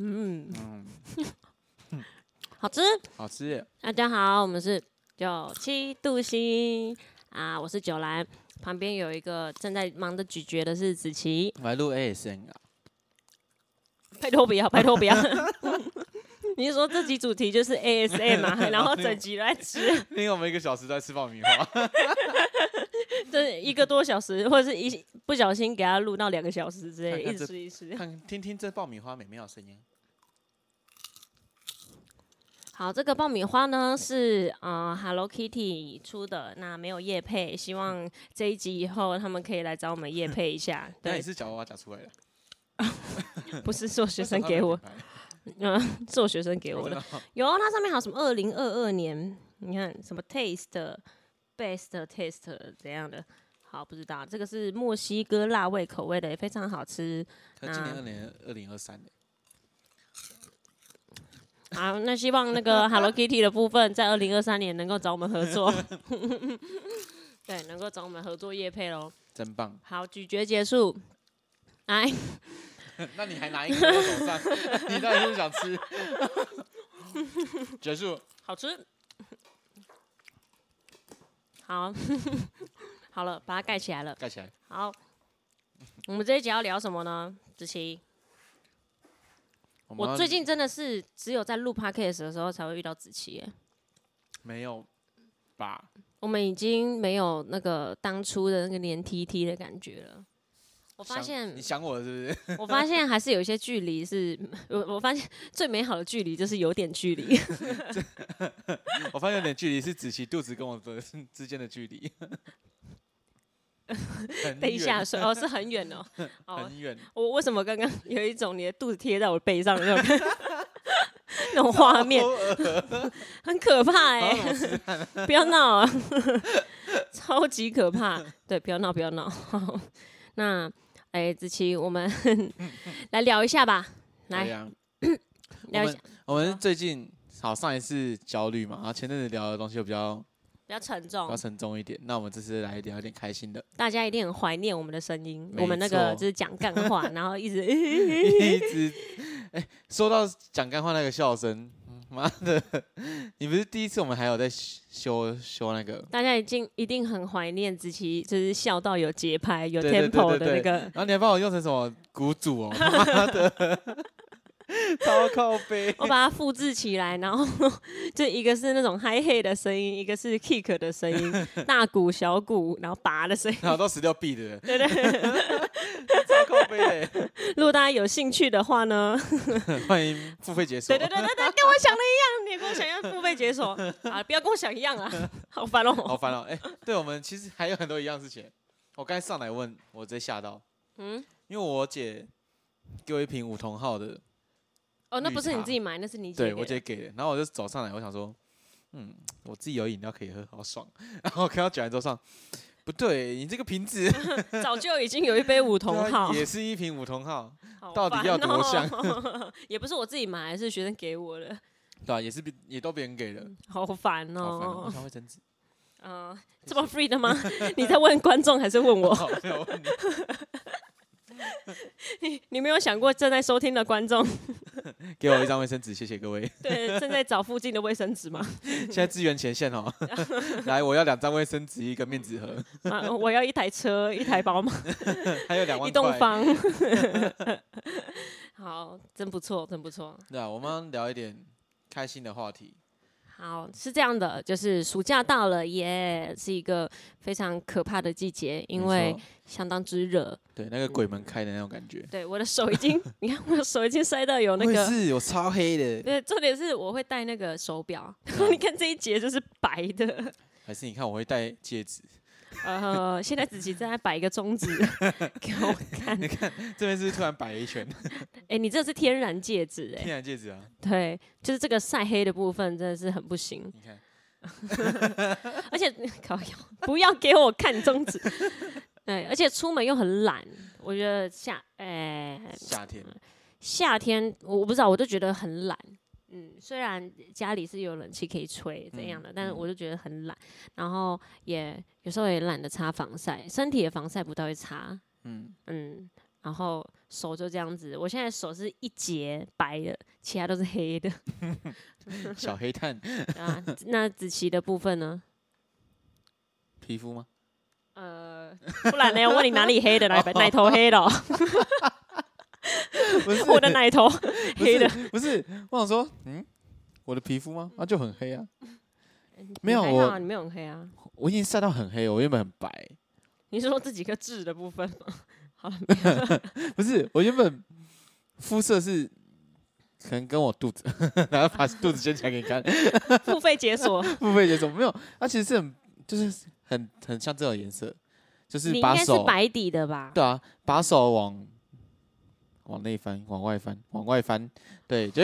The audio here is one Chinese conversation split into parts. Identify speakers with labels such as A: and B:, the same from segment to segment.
A: 嗯，
B: 嗯，
A: 好吃。
B: 好吃耶。
A: 大家好，我们是九七度星啊，我是九兰，旁边有一个正在忙着咀嚼的是子琪。
B: 我来录 ASN 啊。
A: 拜托不要，拜托不 要。你是说这集主题就是 ASM 嘛、 然后整集都在吃，
B: 因为我们一个小时在吃爆米 花，
A: 这一个多小时，或者是一不小心给它录到两个小时之类，
B: 看看
A: 一直
B: 这
A: 吃一直吃。
B: 看听听这爆米花美妙的声音。
A: 好，这个爆米花呢是呃 Hello Kitty 出的，那没有叶配，希望这一集以后他们可以来找我们叶配一 下。
B: 那
A: 对
B: 你，是假娃娃假出来的？
A: 不是是我学生
B: 为
A: 给
B: 什么
A: 我
B: 他，没有品牌
A: 嗯，是我学生给我
B: 我
A: 的
B: 真。的
A: 有，它上面还有什么二零二二年，你看什么 taste best taste 怎样的？好，不知道这个是墨西哥辣味口味的，也非常好吃
B: 可今年
A: 那
B: 二零二零二三年，
A: 好，那希望那个 Hello Kitty 的部分在二零二三年能够找我们合作， 对，能够找我们合作业配喽。
B: 真 棒。
A: 好，咀嚼结束，来，
B: 那你还拿一个在手 上，你到底是不是想吃？结束。
A: 好吃， 好， 好了，把它盖起来了。
B: 盖起来。
A: 好，我们这一集要聊什么呢？子琪，
B: 我们
A: 我
B: 要
A: 最近真的是只有在录 podcast 的时候才会遇到子琪耶，
B: 没有吧？
A: 我们已经没有那个当初的那个黏 T T 的感觉了。我
B: 我
A: 发现
B: 你，想我了是 不
A: 我发现还是有一些距离是，我我发现最美好的距离就是有点距离。
B: 是？我发现有点距离是子琪肚子跟我的之间的距 离，很
A: 等一下
B: 远，
A: 说哦，是很远哦。哦，
B: 很远。
A: 我为什么刚刚 有一种你的肚子贴在我背上的那种 那种画面
B: 好，恶
A: 很可怕哎、 不要闹啊，超级可怕。对，不要闹，不要闹。好那哎、子琪，我 们来聊一下吧，来
B: 对啊哎呀
A: 聊一
B: 我们
A: 下，
B: 我们最近好上一次焦虑嘛，然后前阵子聊的东西又比较
A: 比较沉
B: 比较
A: 重，
B: 沉重一点，那我们这次来聊一点开心的，
A: 大家一定很怀念我们的声音，
B: 没
A: 我们那个
B: 错
A: 就是讲干话，然后一直
B: 一直哎，说到讲干话那个笑声， 嗯妈的，你不是第一次我们还有在修修那个，
A: 大家已经一定很怀念子琪，就是笑到有节拍、有
B: 对对对
A: tempo
B: 对
A: 的那
B: 对
A: 个。
B: 然后你还把我用成什么谷主哦， 妈的，超靠 背，
A: 我把它复制起来，然后 就一个是那种嗨嘿的声音，一个是 kick 的声音，大鼓、小鼓，然后拔的声音。
B: 然后都十六 B 的，
A: 对对，
B: 超靠背的，
A: 如果大家有兴趣的话呢，
B: 欢迎付费解锁
A: 对，对对对对，跟我想的一样，你也跟我想一样付费 解锁啊，不要跟我想一样啊，好烦
B: 好
A: 哦。
B: 烦哦，哎，对我们其实还有很多一样事情，我刚才上来问我直接吓到。
A: 嗯，
B: 因为我姐给我一瓶五同号的，
A: 哦，那
B: 绿
A: 不是你
B: 茶
A: 自己买，那是你姐
B: 对
A: 给
B: 我
A: 的。
B: 姐给的，然后我就走上来，我想说，嗯，我自己有饮料可以喝，好爽。然后看到酒在桌上，不对，你这个瓶子
A: 早就已经有一杯五同
B: 对啊
A: 号，
B: 也是一瓶五同号，
A: 好
B: 到底
A: 烦
B: 要多
A: 哦
B: 像？
A: 也不是我自己买，是学生给我的，
B: 对啊吧、也是别也都别人给的，
A: 好烦
B: 好烦哦。我
A: 哦。
B: 想卫生纸，
A: 嗯，这么 free 的 吗？你在问观众还是问我？
B: 好，没有问你。
A: 你没有想过正在收听的观 众，
B: 给我一张卫生纸，谢谢各位。
A: 对，正在找附近的卫生纸吗？
B: 现在支援前线哦， 来，我要两张卫生纸，一个面纸盒，
A: 啊，我要一台车，一台宝马，
B: 还有两
A: 一
B: 万
A: 栋
B: 块。
A: 房。好，真不错，真不错。
B: 对啊，我们聊一点开心的话题。
A: 好，是这样的，就是暑假到了，耶、是一个非常可怕的季节，因
B: 没
A: 为
B: 错
A: 相当之热。
B: 对那个鬼门开的那种感觉，
A: 对，我的手已 经，你看我的手已经晒到有那
B: 我也
A: 个。
B: 是我超黑的，
A: 对，重点是我会戴那个手表，
B: 对啊
A: 你看这一节就是白的。
B: 还是你看我会戴戒指，
A: 呃，现在子琪正在摆一个中 指给我看，
B: 这边是不是突然摆了 一圈，
A: 哎、你这是天然戒指哎、
B: 天然戒指啊，
A: 对，就是这个晒黑的部分真的是很不行，
B: 你看，
A: 而且 靠腰不要给我看中指， 对，而且出门又很懒，我觉得夏哎、
B: 夏天
A: 夏天我我不知道，我就觉得很懒。嗯，虽然家里是有冷气可以吹这样的，但是我就觉得很懒，然后也有时候也懒得擦防晒，身体的防晒不太会擦，
B: 嗯，
A: 嗯，然后手就这样子，我现在手是一节白的，其他都是黑 的
B: 小黑炭
A: 啊。那子琪的部分呢？
B: 皮肤吗？
A: 呃，不然呢？我问你哪里黑 的？哪哪头黑的哦、
B: 不是
A: 我的奶头
B: 不
A: 黑
B: 是
A: 的，
B: 不是，我想说，嗯，我的皮肤吗？啊，就很黑啊，
A: 你
B: 没有
A: 还
B: 我
A: 好啊你没有很黑啊。
B: 我已经晒到很黑了，我原本很白，
A: 你是说这几个痣的部分吗？ 好 了，
B: 不是，我原本肤色是可能跟我肚子， 然后把肚子掀起来给你看，
A: 付费解锁，
B: 不会有种没有，它其实是很就是很很像这种颜色，就是
A: 你应
B: 把
A: 该是
B: 手
A: 白底的吧？
B: 对啊，把手往往内翻，往外翻，往外翻，对，就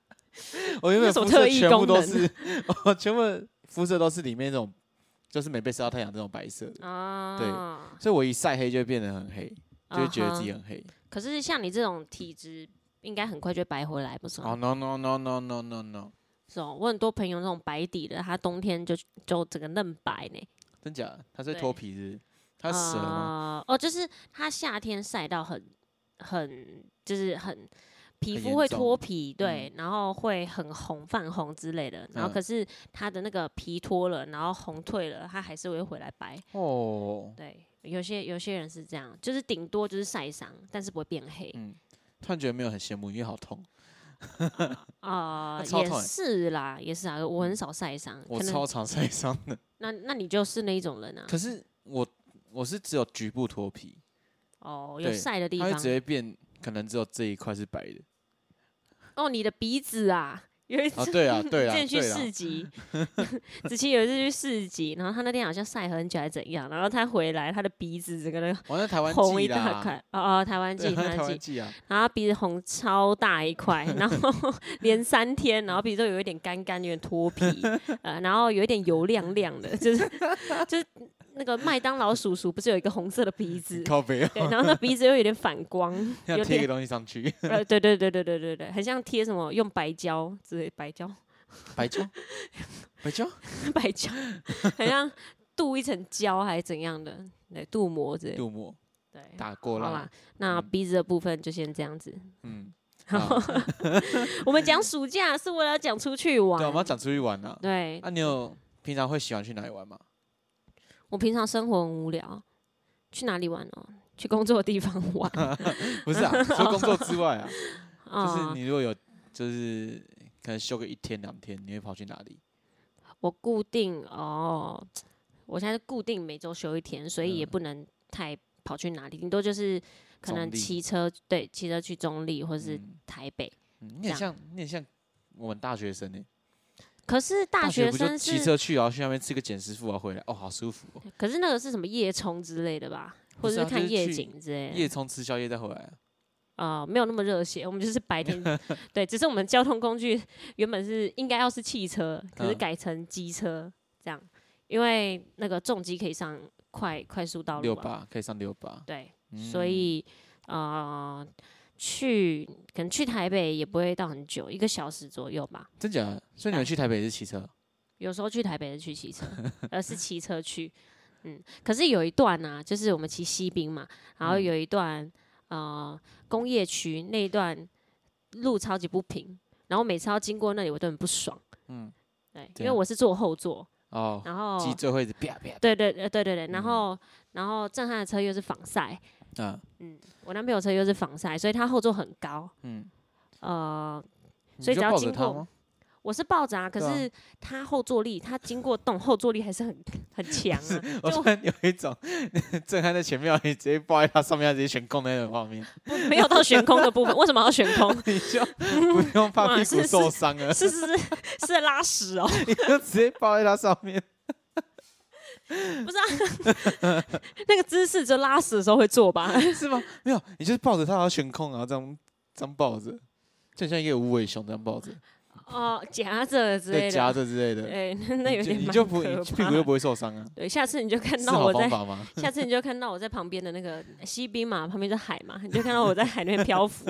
B: 我原
A: 那
B: 本
A: 什么
B: 肤色
A: 特异
B: 全部
A: 功
B: 都
A: 能
B: 是， 我全部肤色都是里面那种就是没被晒到太阳这种白色的，
A: 啊，
B: 所以我一晒黑就会变得很黑，就会觉得自己
A: 啊哈。
B: 很黑。
A: 可是像你这种体质，应该很快就白回来，不是吗？
B: 哦、no no no no no no no，
A: 是哦，我很多朋友那种白底的，他冬天就就整个嫩白呢。
B: 真假的？它是会
A: 对
B: 脱皮是不是？它是蛇吗？
A: 啊哦，就是他夏天晒到很很就是很皮
B: 很
A: 肤
B: 严
A: 会
B: 重
A: 脱皮，对，然后会很红泛红之类的，然后
B: 嗯
A: 可是他的那个皮脱了，然后红退了，他还是会回来白。
B: 哦，
A: 对，有些有些人是这样，就是顶多就是晒伤，但是不会变黑
B: 嗯，突然觉得没有很羡慕，因为好痛，
A: 啊、
B: 嗯那超
A: 也
B: 痛欸
A: 是啦，也是啊，我很少晒伤，
B: 我
A: 可能
B: 超常晒伤的。
A: 那那你就是那一种人啊，
B: 可是我我是只有局部脱皮，
A: 哦，有
B: 对
A: 晒的地
B: 它会
A: 方
B: 直接变，可能只有这一块是白 的。
A: 哦，你的鼻子啊，有一次
B: 哦，对啊，对啊，
A: 之前去
B: 对啊，
A: 市 集，子琪有一次去市集，然后他那天好像晒很久还是怎样，然后他回来，他的鼻子整个人
B: 我在台湾
A: 红
B: 记
A: 一大
B: 啦，
A: 块，哦哦，台湾
B: 对，
A: 记，
B: 我在
A: 台
B: 台
A: 湾
B: 湾
A: 记，
B: 记啊，
A: 然后他鼻子红超大一块， 然后连三天，然后鼻子都有一点干干，有点脱 皮，呃，然后有一点油亮亮的， 就是就是那个麦当劳叔叔不是有一个红色的鼻子，
B: 靠背啊，
A: 对，然后那鼻子又有点反光，
B: 要
A: 有
B: 贴一
A: 点
B: 个东西上去，
A: 呃，对对对对对对对，很像贴什么用白胶之类白胶。
B: 白胶，白 胶，
A: 白胶，好像镀一层胶还是怎样的，对，镀膜之类的。
B: 镀膜
A: 对，
B: 打过
A: 好
B: 啦
A: 啦，，那
B: 嗯
A: 鼻子的部分就先这样子。
B: 嗯，
A: 然
B: 好
A: 后 我们讲暑假是为了要讲出去
B: 嗯对，我
A: 玩
B: 们。要讲出去玩啊。
A: 对，
B: 那你有平常会喜欢去哪里 玩吗？
A: 我平常生活很无聊，去哪里玩哦？去工作的地方玩
B: 不是啊，除工作之 外啊，就是
A: 啊！
B: 你如果有就是可能休个一天两天，你会跑去哪里？
A: 我固定哦，我现在是固定每周休一天，所以也
B: 嗯
A: 不能太跑去哪里，顶多就是可能
B: 中立
A: 骑车，对，骑车去中立或是
B: 嗯，
A: 台北。
B: 嗯你很像你很像我们大学生欸呢，
A: 可是大学
B: 不就
A: 生
B: 骑
A: 是
B: 车去，然后去那边吃个减食富，然后回来，哦，好舒服哦。
A: 可是那个是什么夜冲之类的吧，
B: 不
A: 或
B: 是
A: 者
B: 啊
A: 是看
B: 就是
A: 夜
B: 去
A: 景之类的。
B: 夜冲吃宵夜再回来啊，
A: 啊、没有那么热血，我们就是白 天，对，只是我们交通工具原本是应该要是汽车，可是
B: 嗯
A: 改成机车这样，因为那个重机可以上快快速道
B: 六
A: 路嘛，
B: 八嗯可以上六八，
A: 对，
B: 嗯
A: 所以啊、呃去可能去台北也不会到很久，一个小时左右吧。
B: 真假的？所以你们去台北也是骑车？
A: 有时候去台北是去骑车，而是骑车去。嗯，可是有一段呢、啊，就是我们骑西滨嘛，然后
B: 嗯
A: 有一段、呃工业区那一段路超级不平，然后每次要经过那里我都很不爽。
B: 嗯，
A: 对，
B: 怎
A: 因为
B: 样
A: 我是坐后座，
B: 哦，
A: 然后
B: 机最会一直啪啪
A: 对对呃对对对，然
B: 嗯
A: 后、然后震撼的车又是防晒，
B: 啪啊，
A: 嗯，我男朋友车又是防晒，所以他后座很高，
B: 嗯，
A: 呃，
B: 你
A: 所以
B: 就
A: 只要
B: 抱着
A: 经
B: 它
A: 过
B: 吗
A: 我是抱着啊，可
B: 对啊
A: 是他后坐力，他经过洞后坐力还是很很强啊，
B: 我
A: 就
B: 突然有一种震撼在前面，啊你直接抱在它上面，它直接悬空的那种画面，
A: 没有到悬空的部分，为什么要悬空？
B: 你就不用怕
A: 哇
B: 屁股
A: 是
B: 受伤 了，
A: 是是是是在拉屎哦，
B: 你就直接抱在它上 面。
A: 不是啊， 那个姿势就拉屎的时候会做吧？
B: 是吗？没有，你就是抱着它，然后悬空，然后这样这样抱着，就很像一个无尾熊这样抱着，
A: 哦，夹着之类
B: 对，
A: 的，
B: 夹着之类的。
A: 哎，那那
B: 你
A: 有
B: 就
A: 点
B: 你
A: 蛮
B: 就不
A: 可
B: 你屁股
A: 怕
B: 又不会受伤 啊，
A: 对，下次你就看
B: 是
A: 到
B: 好
A: 我
B: 方
A: 在，
B: 法吗？
A: 下次你就看到我在旁边的那个西滨嘛，旁边是海嘛，你就看到我在海那边漂 浮，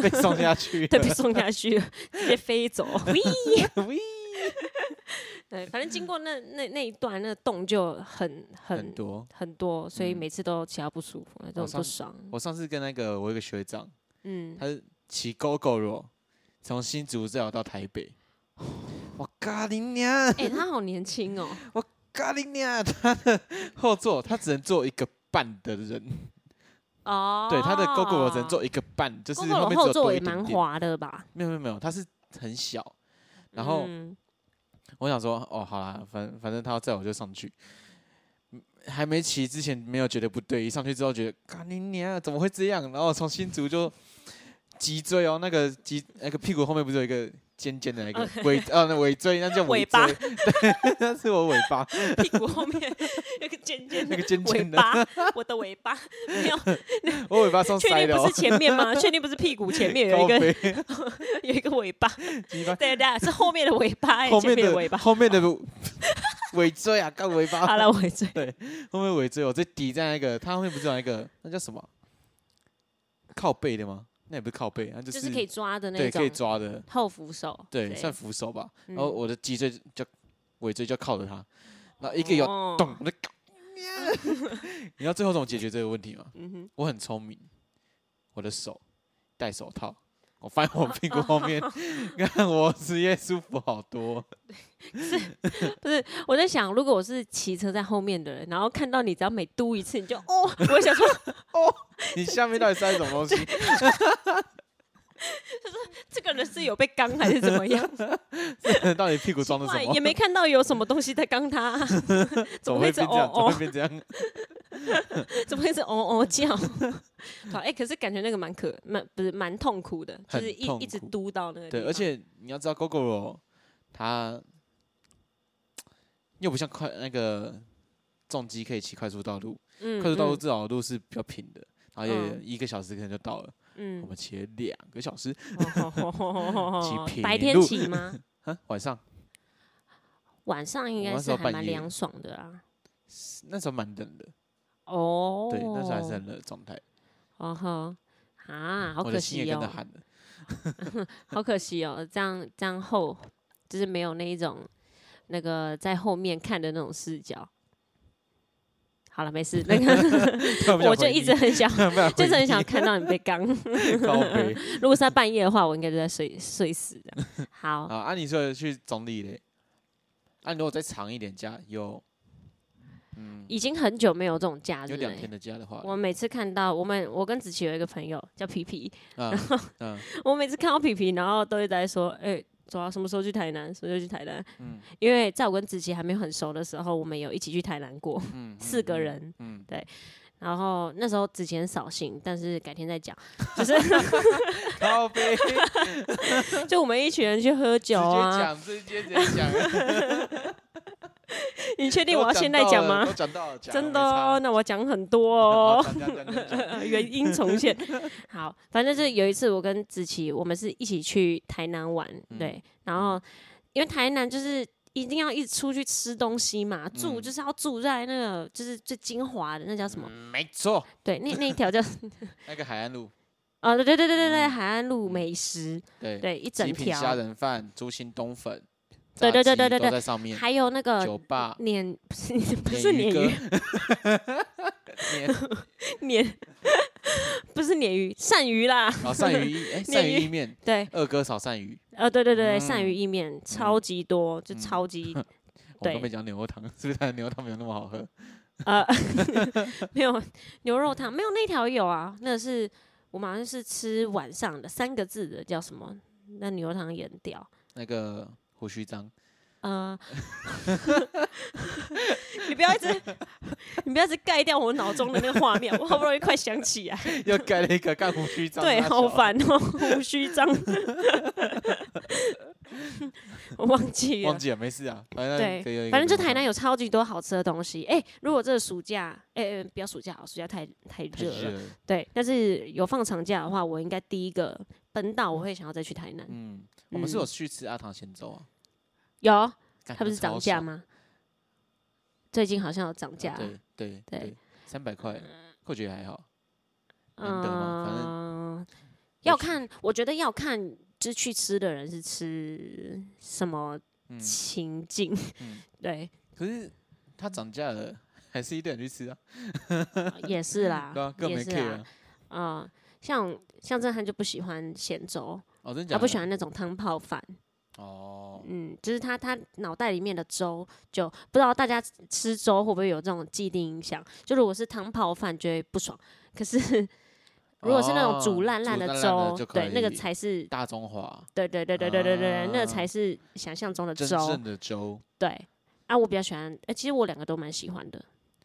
B: 被送 下去
A: 对，被送下去了，直接飞走，喂，
B: 喂
A: 对，反正经过那那那一段，那个洞就很
B: 很
A: 很
B: 多。
A: 很多，所以
B: 嗯
A: 每次都其他不舒服，这种
B: 上
A: 不爽。
B: 我上次跟那个我有一个学长，
A: 嗯，
B: 他是骑 GoGo 罗，从新竹这条到台北。我咖喱娘，
A: 哎，他好年轻哦，
B: 咖喱娘，他的后座他只能坐一个半的人，
A: 哦，
B: 对，他的 GoGo 罗只能坐一个半，就是
A: GoGo
B: 后面只
A: 后
B: 有
A: 座
B: 多
A: 也
B: 一
A: 蛮
B: 点点。
A: 滑的吧？
B: 没有没有没有，他是很小。然后
A: 嗯
B: 我想说，哦，好啦，反反正他要载我就上去。嗯还没骑之前没有觉得不对，一上去之后觉得，咖喱娘怎么会这样？然后从新竹就脊椎哦，那个脊那个屁股后面不是有一个尖尖的那个尾呃那尾椎，那叫
A: 哦尾
B: 尾
A: 巴
B: 椎，对， 那是我尾巴，
A: 屁股后 面有个尖尖
B: 那
A: 的
B: 个尖
A: 尾
B: 尖的，
A: 巴，我的尾 巴没有，
B: 我尾巴上
A: 确
B: 塞
A: 定
B: 的
A: 不
B: 哦
A: 是，前面 吗？确定不是屁股前面有
B: 高
A: 一个
B: 飞
A: 有一个尾巴？
B: 鸡巴，
A: 对 对，是后面的尾巴，哎
B: 后
A: 前
B: 面
A: 面的
B: 的
A: 尾巴。
B: 后面的尾椎 啊，干尾
A: 好
B: 巴，
A: 了，尾椎
B: 后面尾椎我这抵哦在那个，它后面不是有那个那叫什么靠背的吗？那也不是靠背，那就
A: 就是是可以抓的那
B: 对可以
A: 种
B: 抓的，
A: 后扶手，
B: 对，算扶手吧。然后
A: 嗯
B: 我的脊椎就尾椎就靠着它，然后一个有
A: 哦
B: 咚，我就 搞。你知道最后怎么解决这个问题吗？
A: 嗯哼，
B: 我很聪明，我的手戴手套，我放在我屁股后 面，看我直接舒服好多。
A: 不是，我在想，如果我是骑车在后面的人，然后看到你只要每嘟一次，你就哦，我想说
B: 你下面到底塞什么东西？
A: 这个人是有被刚还是怎么样？
B: 到底屁股装的什
A: 哇，
B: 么
A: 也？没看到有什么东西在刚他 啊，怎么会
B: 么会
A: 一直
B: 变
A: 哦
B: 这样？
A: 哦
B: 怎么会，变这样？
A: 怎么会一直哦哦叫？ 好，哎，可是感觉那个蛮可蛮不是蛮痛苦的，就是
B: 很
A: 一
B: 痛
A: 一直
B: 苦
A: 嘟到那个地
B: 对，
A: 方。
B: 而且你要知道，GoGo 它又不像快那个重机可以骑快速道路，
A: 嗯
B: 快速道路至少路是比较平的，然后也
A: 嗯
B: 一个小时可能就到了。
A: 嗯
B: 我们骑了两个小时，
A: 哦
B: 骑
A: 白
B: 平
A: 天
B: 路
A: 骑 吗？
B: 啊，晚上
A: 晚上应
B: 我
A: 该
B: 那时
A: 是
B: 候
A: 还
B: 半
A: 蛮
B: 夜
A: 凉爽的啊。
B: 那时候蛮冷的，
A: 哦，
B: 对，那时候还是很冷的状态，
A: 哦呵，啊，好
B: 我
A: 可
B: 的心也
A: 惜
B: 跟着
A: 哦，
B: 喊了。
A: 好可惜哦，这样这样后就是没有那一种那个在后面看的那种视角。好了，没事，那 个
B: 突然不想
A: 我就
B: 回
A: 一
B: 你
A: 直，很想，
B: 突然不想
A: 就是
B: 回
A: 很想
B: 你
A: 看到 你被刚。
B: 靠背
A: 如果是在半夜的话，我应该就在睡睡死的。好，
B: 啊。按你说的去总理嘞，啊，如果再长一点假，有
A: 已经很久没有这种假日
B: 嗯有
A: 了
B: 两
A: 欸
B: 天。的假的话，
A: 我每次看到我们，我跟子琪有一个朋友叫皮皮，
B: 啊 嗯，
A: 我每次看到皮皮，然后都会在说，哎、走啊，什么时候去台南？什么时候去台南？
B: 嗯
A: 因为在我跟子琪还没有很熟的时候，我们有一起去台南过，
B: 嗯
A: 四个，人。
B: 嗯嗯，
A: 然后那时候子琪很扫兴，但是改天再讲， 就是
B: 靠背，直接
A: 就我们一群人去喝酒啊。
B: 讲，直接直接 讲。
A: 你确
B: 确
A: 定我要现在讲吗
B: 都？讲到了，讲
A: 真的哦，，那我讲很 多
B: 哦，
A: 哦。
B: 好讲讲讲讲讲，
A: 原因重现。 好，反正就是有一次我跟子琪，我们是一起去台南玩，
B: 嗯
A: 对，然后因为台南就是。一定要一直出去吃东西嘛，住
B: 嗯
A: 就是要住在那个就是最精华的那 叫什么？
B: 嗯没错，
A: 对，那那一条叫
B: 那个海岸路，
A: 啊，对对对对对对，
B: 嗯
A: 海岸路美食，
B: 对，
A: 对，一整
B: 极品虾
A: 条，
B: 仁饭、猪心冬粉，
A: 对对对
B: 炸鸡
A: 对对对
B: 都在上面，
A: 还有那个
B: 酒吧。
A: 鲶不是 不是鲶
B: 鲶
A: 鱼
B: 哥， 鲶
A: 鲶不是鲶鱼鳝鱼啦，
B: 啊鳝 鱼，哎，鳝
A: 鲶鱼
B: 鱼意面，
A: 对，
B: 二哥炒鳝鱼，
A: 呃对对对，鳝
B: 嗯
A: 鱼意面超级多，就
B: 嗯
A: 超 级
B: 我
A: 对
B: 都没讲牛肉汤， 是不是他的牛肉汤没有那么好喝？
A: 呃， 没有牛肉汤，没有那条有啊，那个是我们好像是吃晚上的三个字的，叫什么？那牛肉汤也很屌。
B: 那个胡须章，
A: 呃， 你不要一直， 你不要一直盖掉我脑中的那个画面，我好不容易快想起来，
B: 又盖了一个干胡须章，
A: 对，
B: 大
A: 好
B: 小。
A: 烦 哦，胡须章， 我忘记
B: 忘
A: 了。
B: 记了，没事啊，反正可以有
A: 对，
B: 一
A: 反正
B: 个
A: 就
B: 流
A: 台南
B: 程
A: 有超级多好吃的东西。哎、如果这个暑假，哎、哎不要暑假好，暑假太太热
B: 很
A: 了。
B: 热，
A: 对，但是有放长假的话，我应该第一个奔到我会想要再去台南。
B: 嗯，我们是有
A: 嗯
B: 去吃阿唐鲜粥啊，
A: 有，
B: 干
A: 它不是涨价？吗？最近好像有涨
B: 那
A: 价
B: 超，爽对对
A: 对
B: 对，三百块，我觉得还好，难得嘛反正
A: 嗯，
B: 也
A: 要
B: 许
A: 看，我觉得要看，就是去吃的人是吃什么
B: 嗯
A: 情境。
B: 嗯
A: 对，
B: 可是它涨价了，还是一堆人去吃啊，
A: 也是啦
B: 对啊，，更
A: 也
B: 没
A: 是
B: care
A: 啦
B: 啊。。
A: 啊、像像郑汉就不喜欢咸粥，
B: 哦，真的假
A: 他啊
B: 的？
A: 不喜欢那种汤泡饭。
B: 哦，
A: 嗯，就是他他脑袋里面的粥，就不知道大家吃粥会不会有这种既定影响。就如果是汤泡饭，觉得不爽。可 是如果是那种煮
B: 哦
A: 烂
B: 煮
A: 烂的
B: 烂烂
A: 粥，
B: 的就可
A: 对，那个
B: 以
A: 才是
B: 大中华
A: 对对对对对对对，对那
B: 啊
A: 个才是想象中的
B: 真
A: 粥
B: 正。的粥，
A: 对啊，我比较喜欢，哎、其实我两个都蛮喜欢的。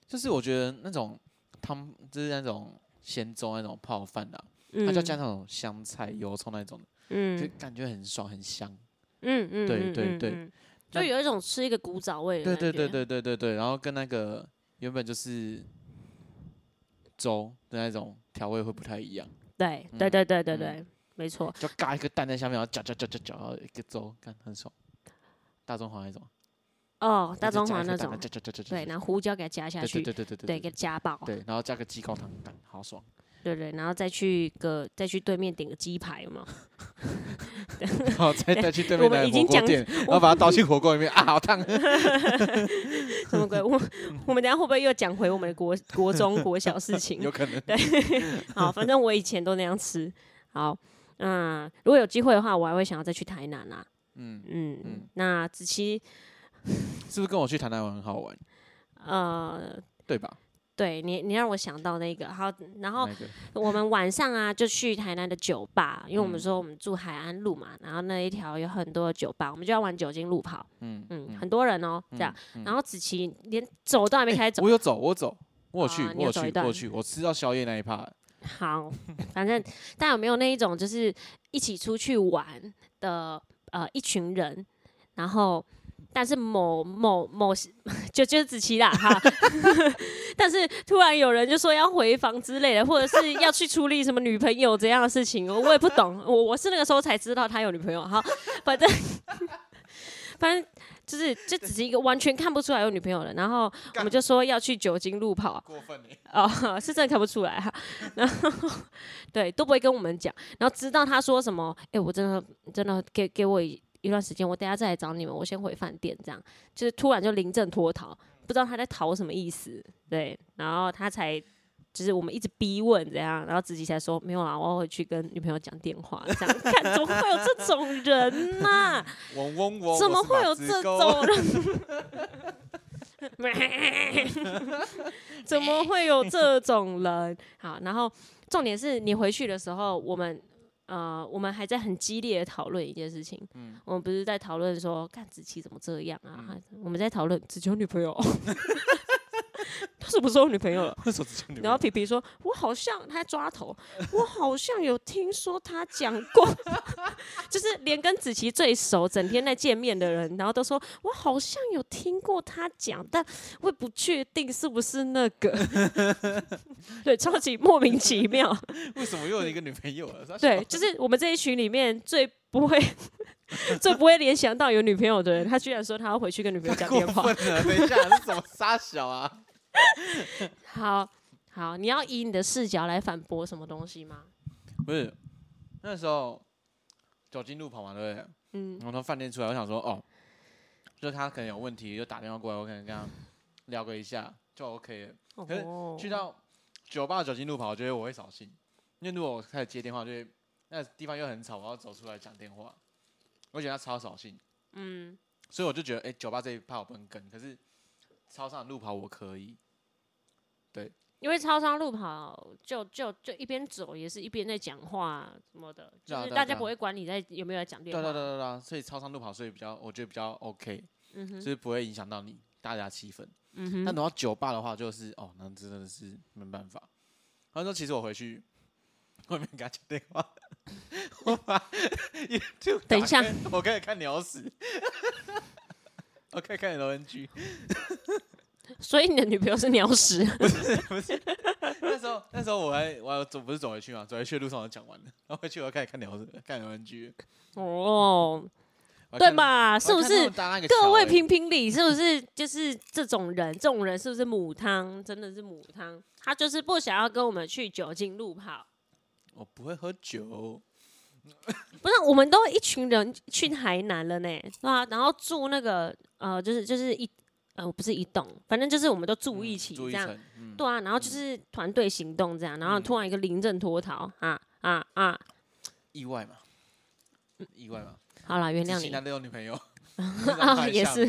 B: 就是我觉得那种汤，就是那种鲜粥那种泡饭啊，
A: 嗯，
B: 它就要加那种香菜、油葱那种的，就
A: 嗯
B: 感觉很爽很香。
A: 嗯嗯，
B: 对
A: 嗯
B: 对
A: 嗯
B: 对
A: 嗯就
B: 那
A: 有一种吃一个古早味的
B: 对
A: 感觉。
B: 对对对对对对，然后跟那个原本就是粥的那种调味会不太一样，
A: 对
B: 嗯
A: 对对对对
B: 嗯
A: 对，没错。
B: 就嘎一个蛋在下面，然后搅搅搅搅搅，然后一个粥，看很爽。大中华那种，
A: 哦，大
B: 就
A: 中
B: 加
A: 华
B: 一颗
A: 那
B: 蛋
A: 种，
B: 搅搅搅搅搅，
A: 对，
B: 搅
A: 然后胡椒给它加下
B: 对
A: 去，
B: 对对对对
A: 对，给它加爆，
B: 对，然后加个鸡高汤，干好爽。
A: 对对，然后再去个再去对面点个鸡排，有没有？
B: 然后再再去对
A: 我
B: 面
A: 们
B: 的
A: 已
B: 火
A: 经
B: 锅
A: 讲
B: 店，然后把它倒进火锅里面啊，好烫！
A: 什么 鬼？我我们等一下会不会又讲回我们的国国中国小事情？
B: 有可能
A: 好，反正我以前都那样吃。好，那、如果有机会的话，我还会想要再去台南啊。嗯嗯
B: 嗯
A: 那子琪，
B: 是不是跟我去台南玩很好玩，
A: 呃，
B: 对吧？
A: 对你，你让我想到那个好，然后
B: 那个
A: 我们晚上啊就去台南的酒吧，因为我们说我们住海岸路嘛，然后那一条有很多的酒吧，我们就要玩酒精路跑，
B: 嗯
A: 嗯，
B: 嗯，
A: 很多人哦，这样，然后子琪连走都还没开始走，
B: 我有走，我有走，我有去
A: 啊，你
B: 我
A: 有
B: 有
A: 走一
B: 去，我
A: 段
B: 有去，我吃到宵夜那一趴，
A: 好，反正大家有没有那一种就是一起出去玩的呃一群人，然后但是某某某就就是子琪啦哈， 但是突然有人就说要回房之类的，或者是要去处理什么女朋友这样的事情，我我也不懂，我我是那个时候才知道他有女朋友，好，反正 反正。就是，就只是一个完全看不出来有女朋友的，然后我们就说要去酒精路跑，啊
B: 过分哎，
A: 哦， 是真的看不出来哈、 然后对都不会跟我们讲，然后直到他说什么，哎、我真的真的给给我一一段时间，我等下再来找你们，我先回饭店，这样就是突然就临阵脱逃，不知道他在逃什么意思，对，然后他才。就是我们一直逼问怎样，然后自己才说没有啦，我要回去跟女朋友讲电话。这样 看怎么会有这种人呐、
B: 嗡嗡嗡，
A: 怎
B: 我
A: 么
B: 是
A: 会
B: 马
A: 有
B: 子
A: 这
B: 狗？
A: 种人？怎么会有这种人？好，然后重点是你回去的时候，我们呃，我们还在很激烈的讨论一件事情。
B: 嗯
A: 我们不是在讨论说，干子琪怎么这样啊？我们在讨论子琪有女朋友， 他什么时候有女朋友了？
B: 为什么只有女朋
A: 然后
B: 友？
A: 皮皮说：“我好像他在抓头，我好像有听说他讲过， 就是连跟子琪最熟、整天在见面的人，然后都说我好像有听过他讲，但我也不确定是不是那个。 对，超级莫名其妙。
B: 为什么又有一个女朋友了？他
A: 对
B: 说，
A: 就是我们这一群里面最不会、 最不会联想到有女朋友的人，他居然说他要回去跟女朋友
B: 太
A: 讲
B: 过
A: 电话。
B: 分了，等一下，是什么傻 小啊？
A: 好好，你要以你的视角来反驳什么东西吗？
B: 不是，那时候酒精路跑嘛，对不对？
A: 嗯
B: 然后从饭店出来，我想说，哦，就他可能有问题，就打电话过来，我可能跟他聊个一下就 OK 了。可是
A: 哦
B: 去到酒吧酒精路跑，我觉得我会扫兴，因为如果我开始接电话，就会那地方又很吵，我要走出来讲电话，我觉得他超扫兴，
A: 嗯。
B: 所以我就觉得，哎、酒吧这一趴我不能跟，可是操场路跑我可以，
A: 因为超商路跑就就就一边走也是一边在讲话什么的，
B: 对啊
A: 就是
B: 对啊
A: 大家
B: 对啊
A: 不会管你在有没有在讲
B: 对
A: 电
B: 对
A: 话。
B: 对对对啊，所以操场路跑，所以比较我觉得比较 OK，、
A: 嗯
B: 就
A: 哼，
B: 是不会影响到你大家气氛。
A: 嗯哼，
B: 但等到酒吧的话，就是哦，那真的是没办法。他说：“其实我回去，我也没给他讲电话，我把 YouTube
A: 等一下
B: 打开，我开始看鸟屎，我开始看 LNG。啊
A: 所以你的女朋友是鸟 屎，
B: 那时候，那时候我还我还走不是走回去嘛，走回去的路上我就讲完了，然后回去我又开始看鸟屎，看 LNG，
A: 哦，
B: 我还
A: 对
B: 看他们？
A: 吧？
B: 我
A: 是不
B: 还看他
A: 是
B: 们？搭那个
A: 各
B: 桥
A: 位
B: 欸
A: 评评理，是不是就是这种人？这种人是不是母汤？真的是母汤，他就是不想要跟我们去酒精路跑。
B: 我不会喝酒，
A: 不是，我们都一群人去台南了呢，对吧、然后住那个呃，就是就是一呃，不是一栋，反正就是我们都住一起
B: 住
A: 这
B: 一
A: 样。
B: 层，嗯，
A: 对啊，然后就是团队行动这样，然后突然一个临阵脱逃啊啊啊！
B: 意外嘛，意外嘛，
A: 好了，原谅
B: 知心
A: 你
B: 难得有女朋友
A: 啊，也是，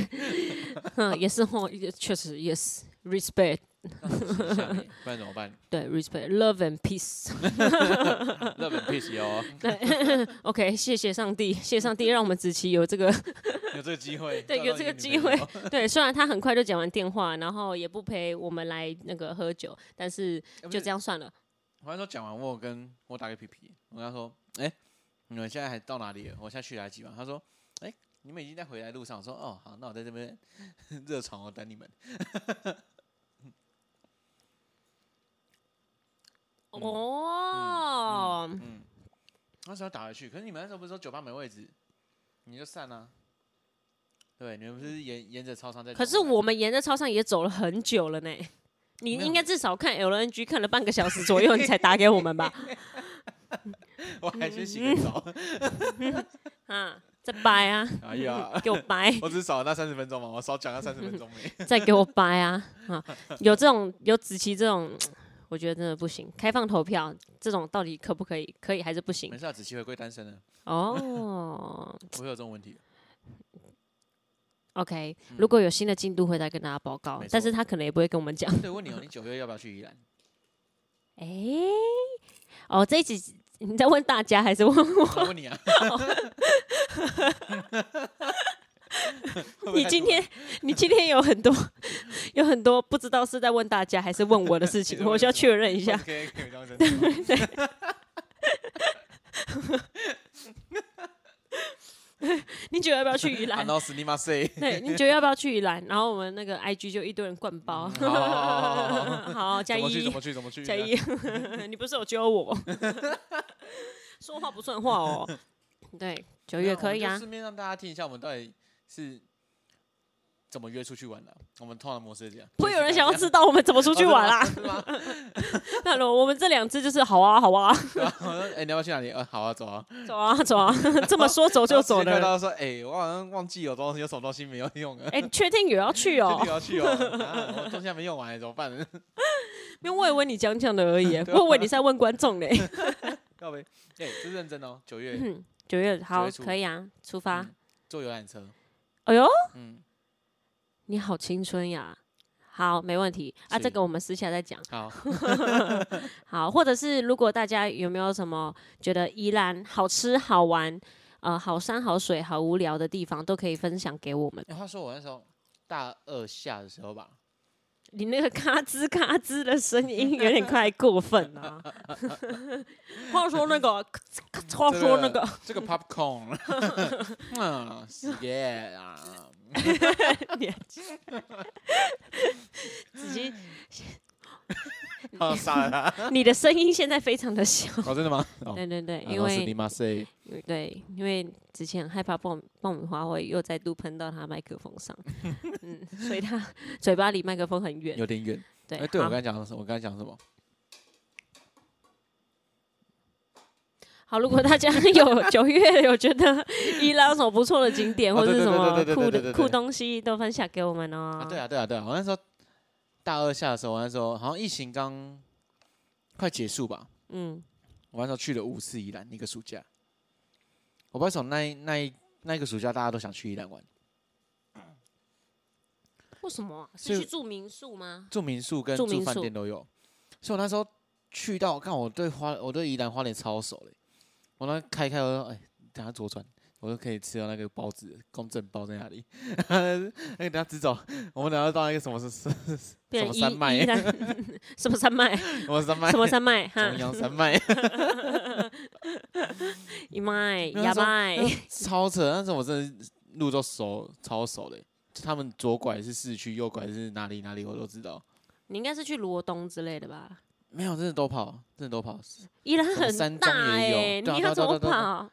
A: 嗯，也是吼，也确实也是 respect，
B: 吓你，不然怎么办？
A: 对 respect，love and peace，
B: 日本 peace 有哦
A: 对，OK，谢谢上帝，谢谢上帝让我们子琪有这 个，
B: 有这个机会，
A: 对
B: 交
A: 有
B: 到
A: 这
B: 一
A: 个
B: 女
A: 机
B: 朋友
A: 对，虽然他很快就讲完电话，然后也不陪我们来那个喝酒，但是
B: 哎 不
A: 就是这样算了，
B: 我那时候讲完，我有跟我打给皮皮，我跟他说：“哎、你们现在还到哪里了？我现在去来得及吗？”他说：“哎、你们已经在回来路上。”我说：“哦，好，那我在这边 热床，我等你们。嗯
A: 哦，”
B: 嗯，那时候打回去，可是你们那时候不是说酒吧没位置，你就散啊。对，你们不是沿沿着操场在走
A: 可
B: 回来？
A: 是我们沿着操场也走了很久了呢，你
B: 没有
A: 应该至少看 LNG 看了半个小 时左右，你才打给我们吧？
B: 我还去洗个澡。
A: 嗯
B: 嗯
A: 啊，再掰啊，
B: 哎呀，
A: 给我掰，
B: 我只少了那三十分钟嘛，我少讲那三十分钟没。
A: 再给我掰啊！啊，有这种有子琪这种，我觉得真的不行。开放投票这种到底可不可以？可以还是不行
B: 没？事啊，子琪回归单身了，
A: 哦
B: 不会有这种问题。
A: ，OK，
B: 嗯
A: 如果有新的进度会再跟大家报告
B: 没，
A: 但是
B: 错
A: 他可能也不会跟我们讲。
B: 对，问你哦，你九月要不要去宜兰？
A: 哎、哦，这一集你在问大家还是问我？
B: 我问你啊，
A: 你今天 你今天有很多有很多不知道是在问大家还是问我的事
B: 你在
A: 情，
B: 问
A: 我需要
B: 什么
A: 确认一
B: 一
A: 下。
B: 可以可以当真的 吗
A: 你觉得要不要去宜
B: 啊
A: 兰？
B: ，no，死你妈塞！
A: 对，你觉得要不要去宜兰？然后我们那个 IG 就一堆人灌包。
B: 嗯好好好好
A: 好， 加
B: 怎么去？
A: 一
B: 啊怎，么去？怎么去？
A: 加一， 你不是有揪我？说话不算话哦。对，九
B: 没有
A: 月
B: 我
A: 可
B: 们
A: 以
B: 就
A: 啊。
B: 顺便让大家听一下，我们到底是怎么约出去玩的。啊我们通常模式是这样，
A: 会有人想要
B: 出
A: 知道我们怎么出去玩啊啦？
B: 是哦吗？
A: 那如我们这两只就是好啊，好啊，
B: 对啊我 说哎，你要不要去哪里？呃，好啊，走啊。
A: 走啊，走啊， 这么说走就走
B: 然后时间快
A: 的。
B: 到说，哎， 我好像忘记有东西，有什么东西没有用了。
A: 哎，你确定有要去 哦
B: 确定？要去哦，啊我东西还没用完，怎么办？
A: 因为我以为你讲讲的而已，
B: 对啊
A: 我以为你是在问观众嘞。
B: 要不，哎，这是认真哦。九月
A: 嗯 九月好
B: 九月初
A: 可以啊，出发。
B: 嗯坐游览车，
A: 哎呦，
B: 嗯，
A: 你好青春呀！好，没问题啊，
B: 是
A: 这个我们私下再讲。
B: 好，
A: 好，或者是如果大家有没有什么觉得宜兰好吃好玩，呃，好山好水好无聊的地方，都可以分享给我们。
B: 欸话说我那时候大二下的时候吧，
A: 你那个咔吱咔吱的声音有点太过分啊了、话说那 个，咔哧咔哧话说那个，
B: 这个 popcorn，嗯，是 耶啊，
A: 子琪，
B: 好杀了他！
A: 你的声音现在非常的小。
B: 哦，真的吗？哦，
A: 对对对，
B: 啊
A: 因
B: 老师
A: 为
B: 你妈塞，
A: 因为对，因为之前害怕爆米爆米花会又再度喷到他麦克风 上，嗯，所以他嘴巴离麦克风很远。
B: 有点远。
A: 对，
B: 哎，对我
A: 好
B: 刚才讲的是，我刚才讲什么？
A: 好，如果大家有九月有觉得伊朗有什么不错的景点
B: 哦
A: 或者
B: 对
A: 是
B: 对
A: 什
B: 对
A: 么
B: 对对对
A: 酷
B: 对
A: 的
B: 对对
A: 酷东西，都分享给我们哦
B: 啊，。对啊，对啊，对啊，我那时候大二下的时候，我那时候好像疫情刚快结束吧，
A: 嗯，
B: 我那时候去了五次宜兰一个暑假。我不知道为什么那一那一那一个暑假大家都想去宜兰玩，
A: 为什么啊、
B: 所
A: 是
B: 以
A: 去住民宿吗？
B: 住民宿跟
A: 住
B: 住
A: 民
B: 饭
A: 宿
B: 店都有，所以我那时候去到，看我对花，我对宜兰花莲超熟嘞。我那开一开，我说哎，等下左转，我就可以吃到那个包子，公正包在哪里？ 那个等下直走，我们等下到那个什么是什
A: 变成
B: 什么山脉
A: 伊伊 朗什么山脉？
B: 么山脉？
A: 什么 山脉？哈
B: 中， 央山脉？
A: 伊麦
B: 没有
A: 亚麦，
B: 超扯！那时候我真的是路都熟，超熟嘞。就他们左拐是市区，右拐是哪里哪里我都知道。
A: 你应该是去罗东之类的吧？
B: 没有，真的都跑，真的都跑。
A: 宜兰
B: 什么
A: 很
B: 山
A: 大
B: 庄也有
A: 哎、
B: 对啊
A: 你
B: 对
A: 要
B: 啊
A: 怎么
B: 对啊对啊对啊
A: 跑？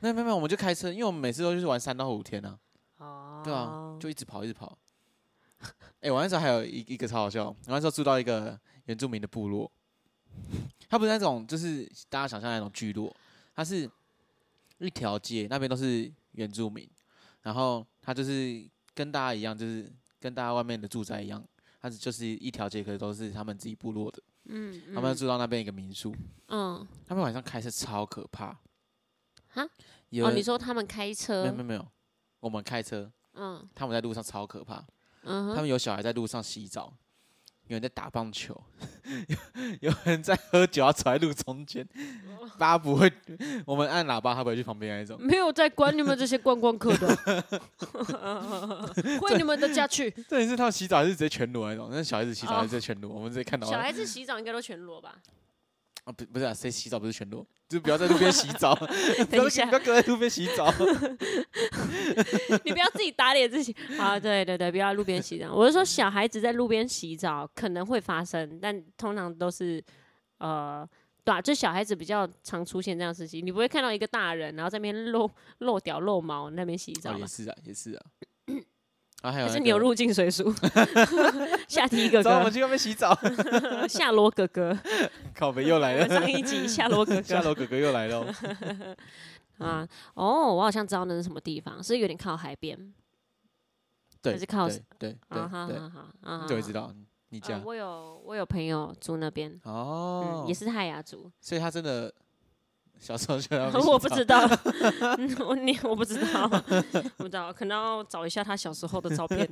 B: 没有没有没有，我们就开车，因为我们每次都就是玩三到五天啊。
A: 哦
B: 对啊，就一直跑，一直跑。 哎、我那时候还有一一个超好笑，我那时候住到一个原住民的 部落，它不是那种就是大家想象的那种聚落，它是一条街，那边都是原住民，然后他就是跟大家一样，就是跟大家外面的住宅一样，他就是一条街，可是都是他们自己部落的，
A: 嗯，
B: 他们住到那边一个民宿，
A: 嗯，
B: 他们晚上开车超可怕。
A: 哈？
B: 有
A: 哦，
B: 人
A: 你说他们开
B: 没有
A: 车
B: 没有，没有，我们开车，
A: 嗯
B: 他们在路上超可怕，
A: 嗯
B: 他
A: 哼，
B: 们有小孩在路上洗澡，有人在打棒球， 有有人在喝酒，要走在路中间，大家不会，我们按喇叭，他不会去旁边那一种。
A: 没有在管你们这些观光客 的， 回你们的家去。
B: 重点是他们洗澡是直接全裸那种，那小孩子洗澡是直接全裸，我们直接看到。
A: 哦小孩子洗澡应该都全裸 吧？
B: 啊，不不是啊，谁洗澡不是全裸？就不要在路边洗澡，不
A: 等
B: 要
A: 一下
B: 不要搁在路边洗 澡。哦
A: 你不要自己打脸自己。 啊，对对对，不要路边洗澡。我是说，小孩子在路边洗澡可能会发生，但通常都是呃，对、啊，就小孩子比较常出现这样的事情。你不会看到一个大人然后在那边露露屌露毛那边洗澡
B: 哦，也
A: 吧？
B: 是啊，也是 啊。啊，还有
A: 可
B: 那
A: 是
B: 个
A: 你有入境随 俗， 下梯哥
B: 走，我们
A: 哥，
B: 去外面洗澡。
A: 夏罗哥哥，
B: 靠北又来
A: 我们
B: 了，
A: 上一集夏罗哥
B: 下
A: 哥
B: 楼哥哥又来了。
A: 啊，哦，我好像知道那是什么地方，是有点靠海边
B: 对，
A: 还是靠
B: 对对
A: 啊，
B: 对
A: 哈
B: 对，
A: 哈哈啊，
B: 就会知
A: 道。
B: 道你
A: 啊
B: 家
A: 我有我有朋友住那边，
B: 哦哦
A: 嗯，，也是泰雅族，
B: 所以他真的小时候就要被洗
A: 我不
B: 澡
A: 知道， 嗯我你我不知道，我不知道，可能要找一下他小时候的照 片，